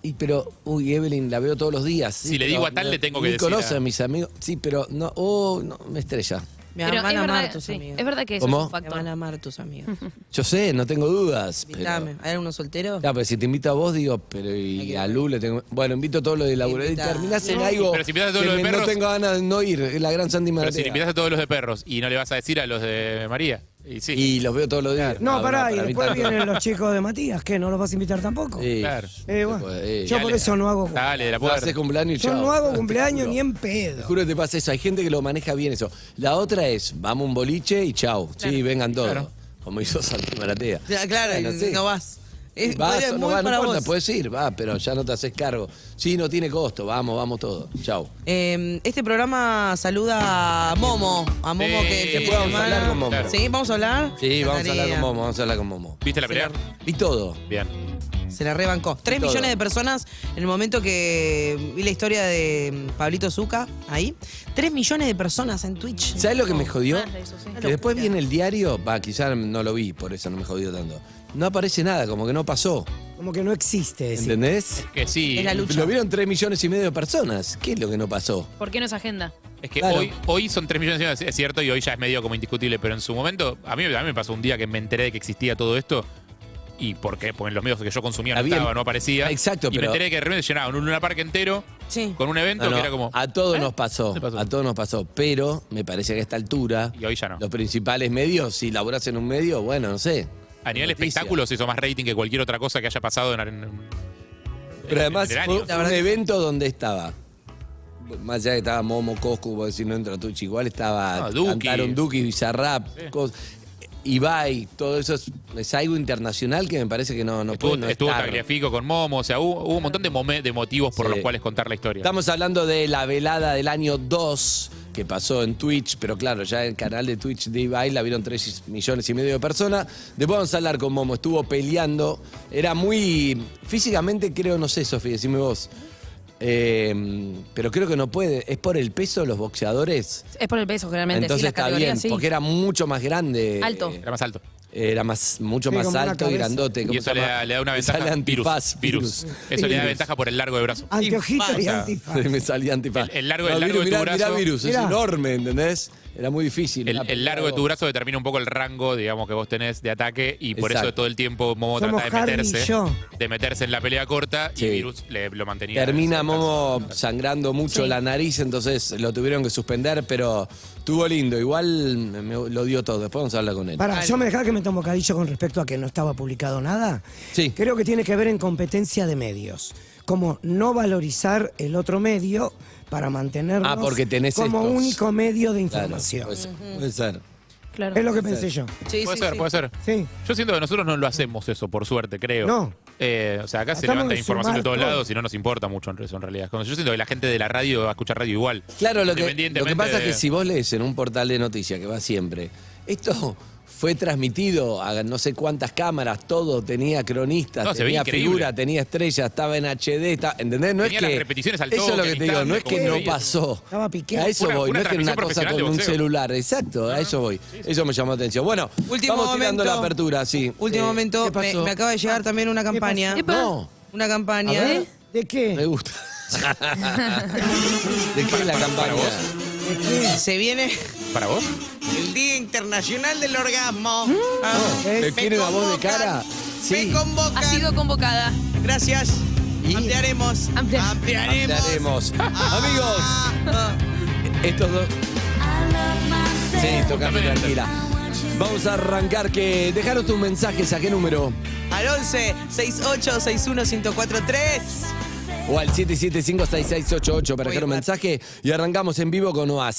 Speaker 2: Y pero, uy, Evelyn, la veo todos los días. Sí,
Speaker 4: Si le
Speaker 2: pero
Speaker 4: digo a tal,
Speaker 2: no-
Speaker 4: le tengo que
Speaker 2: ni
Speaker 4: decir
Speaker 2: conoce
Speaker 4: a-
Speaker 2: a mis amigos. Sí, pero no, oh, no, me estrella.
Speaker 3: Me
Speaker 8: Pero
Speaker 3: van
Speaker 8: es
Speaker 3: a amar
Speaker 8: verdad,
Speaker 3: tus
Speaker 8: sí,
Speaker 3: amigos.
Speaker 8: es verdad que eso
Speaker 2: ¿Cómo?
Speaker 8: es un
Speaker 3: Me van
Speaker 8: factor.
Speaker 3: a amar tus amigos.
Speaker 2: Yo sé, no tengo dudas. pero-
Speaker 3: Invítame. ¿Hay algunos solteros?
Speaker 2: Claro, pero si te invito a vos, digo, pero y a Lu le tengo. Bueno, invito a todo lo de laburo. Y
Speaker 3: Invita.
Speaker 2: terminás en
Speaker 3: No,
Speaker 2: algo.
Speaker 4: pero si invitás a todo
Speaker 2: que
Speaker 4: lo de
Speaker 2: me-
Speaker 4: perros-
Speaker 2: No tengo ganas de no ir, es la gran Sandy
Speaker 4: Pero si
Speaker 2: Maratea.
Speaker 4: le invitás a todos los de perros y no le vas a decir a los de María. Y sí.
Speaker 2: Y los veo todos los días.
Speaker 5: No, pará, y
Speaker 2: para mí
Speaker 5: después
Speaker 2: tanto.
Speaker 5: vienen los chicos de Matías, que no los vas a invitar tampoco.
Speaker 2: Sí,
Speaker 4: Claro.
Speaker 5: Eh,
Speaker 2: se
Speaker 5: bueno,
Speaker 2: puede, eh.
Speaker 5: yo por
Speaker 4: Dale.
Speaker 5: eso no hago
Speaker 4: Dale, de la
Speaker 2: No
Speaker 4: puerta.
Speaker 2: haces cumpleaños y
Speaker 5: Yo
Speaker 2: chao.
Speaker 5: no hago cumpleaños
Speaker 2: Te
Speaker 5: ni en
Speaker 2: Te
Speaker 5: pedo.
Speaker 2: juro que te pasa eso. Hay gente que lo maneja bien eso. La otra es, vamos a un boliche y chao. Sí, vengan todos. Como hizo Santi Maratea.
Speaker 3: Ya, Claro,
Speaker 2: Bueno, sí.
Speaker 3: no vas. Es,
Speaker 2: Vas
Speaker 3: es
Speaker 2: o no
Speaker 3: muy
Speaker 2: vas, no
Speaker 3: para
Speaker 2: importa, pues.
Speaker 3: vos.
Speaker 2: puedes ir, va, pero ya no te haces cargo. Sí, no tiene costo, vamos, vamos todos. Chao.
Speaker 3: Eh, este programa saluda a Momo. A Momo
Speaker 4: Sí.
Speaker 3: que.
Speaker 4: Que
Speaker 3: fin de
Speaker 2: podamos
Speaker 3: semana-
Speaker 2: hablar con Momo. Claro.
Speaker 3: Sí, vamos a hablar.
Speaker 2: Sí,
Speaker 3: La
Speaker 2: vamos a hablar
Speaker 3: tarea.
Speaker 2: con Momo, vamos a hablar con Momo.
Speaker 4: ¿Viste la pelea?
Speaker 2: Y todo.
Speaker 4: Bien.
Speaker 3: Se la rebancó. Tres
Speaker 2: Todo.
Speaker 3: millones de personas en el momento que vi la historia de mm, Pablito Zuca ahí. Tres millones de personas en Twitch.
Speaker 2: ¿Sabes lo que me jodió?
Speaker 8: Ah, eso sí.
Speaker 2: Que después viene el diario, va, quizás no lo vi, por eso no me jodió tanto. No aparece nada, como que no pasó.
Speaker 5: Como que no existe. decir.
Speaker 2: ¿Entendés?
Speaker 4: Que sí.
Speaker 3: Es la lucha.
Speaker 2: Lo vieron 3 millones y medio de personas. ¿Qué es lo que no pasó?
Speaker 8: ¿Por qué no es agenda?
Speaker 4: Es que
Speaker 2: Claro.
Speaker 4: hoy, hoy son 3 millones de personas, es cierto, y hoy ya es medio como indiscutible, pero en su momento, a mí, a mí me pasó un día que me enteré de que existía todo esto. ¿Y por qué? Porque en los medios que yo consumía no
Speaker 2: Había-
Speaker 4: estaba, no aparecía.
Speaker 2: Exacto,
Speaker 4: y me
Speaker 2: pero-
Speaker 4: enteré que de repente llenaban un Luna Park entero
Speaker 3: Sí.
Speaker 4: con un evento
Speaker 2: No, no,
Speaker 4: que era como.
Speaker 2: a todos
Speaker 4: ¿Eh?
Speaker 2: nos pasó,
Speaker 4: Se pasó.
Speaker 2: a todos nos pasó, pero me parece que a esta altura,
Speaker 4: Y hoy ya no.
Speaker 2: los principales medios, si laburás en un medio, bueno, no sé.
Speaker 4: A nivel
Speaker 2: Noticia.
Speaker 4: espectáculos hizo más rating que cualquier otra cosa que haya pasado en. en- en-
Speaker 2: Pero además
Speaker 4: en el
Speaker 2: fue
Speaker 4: año.
Speaker 3: La
Speaker 2: un
Speaker 3: verdad que
Speaker 2: evento donde estaba. Más allá de que estaba Momo, Coscu, vos decís, no entra Tucci, igual estaba
Speaker 4: No, Duki.
Speaker 2: cantaron Duki, Bizarrap, cos- Ibai, todo eso es, es algo internacional que me parece que no, no
Speaker 4: Estuvo,
Speaker 2: puede no
Speaker 4: estuvo
Speaker 2: estar.
Speaker 4: Tagliafico con Momo, o sea, hubo, hubo un montón de, momen- de motivos por
Speaker 2: Sí.
Speaker 4: los cuales contar la historia.
Speaker 2: Estamos hablando de la velada del año 2 que pasó en Twitch, pero claro, ya el canal de Twitch de Ibai la vieron 3 millones y medio de personas. Después vamos a hablar con Momo, estuvo peleando. Era muy. Físicamente creo, no sé, Sofía, decime vos. Eh, pero creo que no puede. ¿Es por el peso de los boxeadores?
Speaker 8: Es por el peso, generalmente.
Speaker 2: Entonces
Speaker 8: sí, las
Speaker 2: está
Speaker 8: categorías,
Speaker 2: bien,
Speaker 8: sí.
Speaker 2: porque era mucho más grande.
Speaker 8: Alto.
Speaker 2: Eh,
Speaker 4: Era más alto.
Speaker 2: Era más, mucho
Speaker 5: Sí,
Speaker 2: más
Speaker 5: como una
Speaker 2: alto y
Speaker 5: cabeza.
Speaker 2: grandote.
Speaker 4: Y
Speaker 2: ¿cómo
Speaker 4: eso
Speaker 2: se
Speaker 4: le
Speaker 2: llama?
Speaker 4: da, le da una
Speaker 2: Me
Speaker 4: ventaja.
Speaker 2: sale antifaz.
Speaker 4: virus. Eso le da
Speaker 2: Virus.
Speaker 4: ventaja por el largo de
Speaker 5: Ah,
Speaker 4: brazo.
Speaker 5: Anteojitos
Speaker 2: (laughs)
Speaker 5: y antifaz.
Speaker 2: me salía antifaz.
Speaker 4: El- el largo- el largo
Speaker 2: virus,
Speaker 4: de tu
Speaker 2: mirá,
Speaker 4: brazo.
Speaker 2: mirá virus, es
Speaker 5: Mirá.
Speaker 2: enorme, ¿entendés? Era muy difícil.
Speaker 4: El,
Speaker 2: Era
Speaker 4: el largo de tu
Speaker 2: pegado.
Speaker 4: brazo determina un poco el rango, digamos, que vos tenés de ataque y por
Speaker 2: Exacto.
Speaker 4: eso todo el tiempo Momo
Speaker 5: Somos
Speaker 4: trata de
Speaker 5: Harry y
Speaker 4: meterse,
Speaker 5: yo.
Speaker 4: de meterse en la pelea corta
Speaker 2: Sí.
Speaker 4: y Virus le, lo mantenía.
Speaker 2: Termina Momo sangrando mucho la nariz, entonces lo tuvieron que suspender, pero estuvo lindo. Igual me- me- lo dio todo. Después vamos a hablar con él.
Speaker 5: Para, yo me dejaba que me tomo bocadillo con respecto a que no estaba publicado nada.
Speaker 2: Sí.
Speaker 5: Creo que tiene que ver en competencia de medios. Como no valorizar el otro medio para mantenernos
Speaker 2: Ah, porque tenés
Speaker 5: como
Speaker 2: estos.
Speaker 5: único medio de
Speaker 2: Claro, pues.
Speaker 5: información.
Speaker 2: puede ser, puede ser.
Speaker 8: Claro.
Speaker 5: es lo que pensé yo.
Speaker 3: Sí,
Speaker 4: Puede
Speaker 3: sí,
Speaker 4: ser,
Speaker 3: sí.
Speaker 4: puede ser.
Speaker 5: Sí.
Speaker 4: Yo siento que nosotros no lo hacemos eso, por suerte, creo.
Speaker 5: No.
Speaker 4: Eh, o sea, acá se
Speaker 5: Tratamos
Speaker 4: levanta
Speaker 5: de
Speaker 4: información de
Speaker 5: sumar
Speaker 4: todos
Speaker 5: todo.
Speaker 4: lados y no nos importa mucho en, eso, en realidad. Como Yo siento que la gente de la radio va a escuchar radio igual.
Speaker 2: Claro, lo que, lo
Speaker 4: Independientemente
Speaker 2: que pasa es
Speaker 4: de-
Speaker 2: que si vos lees en un portal de noticias que va siempre, esto (laughs) fue transmitido a no sé cuántas cámaras, todo tenía cronistas,
Speaker 4: No, se ve
Speaker 2: tenía
Speaker 4: increíble.
Speaker 2: figura, tenía estrellas, estaba en HD, estaba- ¿entendés? No
Speaker 4: Tenía
Speaker 2: es que,
Speaker 4: las repeticiones al
Speaker 2: Eso es lo
Speaker 4: toque,
Speaker 2: que
Speaker 4: al
Speaker 2: te digo, no es
Speaker 4: instante,
Speaker 2: que
Speaker 4: como
Speaker 2: no
Speaker 4: se veía.
Speaker 2: pasó.
Speaker 5: Estaba piqué.
Speaker 2: A eso
Speaker 4: Una-
Speaker 2: voy,
Speaker 4: una
Speaker 2: no es que una
Speaker 4: transmisión
Speaker 2: cosa
Speaker 4: profesional
Speaker 2: con
Speaker 4: de
Speaker 2: un
Speaker 4: boxeo.
Speaker 2: celular, exacto, a eso voy. Eso me llamó la atención. Bueno,
Speaker 3: Último
Speaker 2: vamos tirando
Speaker 3: momento.
Speaker 2: la apertura, sí.
Speaker 3: Último
Speaker 2: Eh,
Speaker 3: momento,
Speaker 2: ¿qué
Speaker 3: me,
Speaker 2: pasó? Ah,
Speaker 3: me acaba de llegar también una campaña.
Speaker 2: pasó? No.
Speaker 3: Una
Speaker 2: A
Speaker 3: campaña.
Speaker 2: ver.
Speaker 5: ¿De qué?
Speaker 2: Me
Speaker 3: (laughs)
Speaker 2: gusta. ¿De qué es la campaña?
Speaker 4: vos?
Speaker 5: ¿De qué?
Speaker 3: Se
Speaker 2: (laughs)
Speaker 3: viene
Speaker 4: ¿Para vos?
Speaker 3: el Día Internacional del
Speaker 2: ¿Mm?
Speaker 3: Orgasmo.
Speaker 2: ¿Me
Speaker 3: Me
Speaker 2: quieren a vos de
Speaker 3: convocan,
Speaker 2: cara? Sí.
Speaker 3: Ah, Me convocan.
Speaker 8: Ha sido convocada.
Speaker 3: Gracias.
Speaker 2: Y-
Speaker 3: Ampliaremos.
Speaker 8: Amplia-
Speaker 3: Ampliaremos.
Speaker 2: Hablaremos. Amigos.
Speaker 3: Ah, ah.
Speaker 2: Estos dos. Sí, tocame tranquila. Vamos a arrancar que. Dejaros tus mensajes, ¿a qué número?
Speaker 3: Al 11 68 61 1043.
Speaker 2: o al 775-6688 para dejar un mensaje y arrancamos en vivo con Oasis.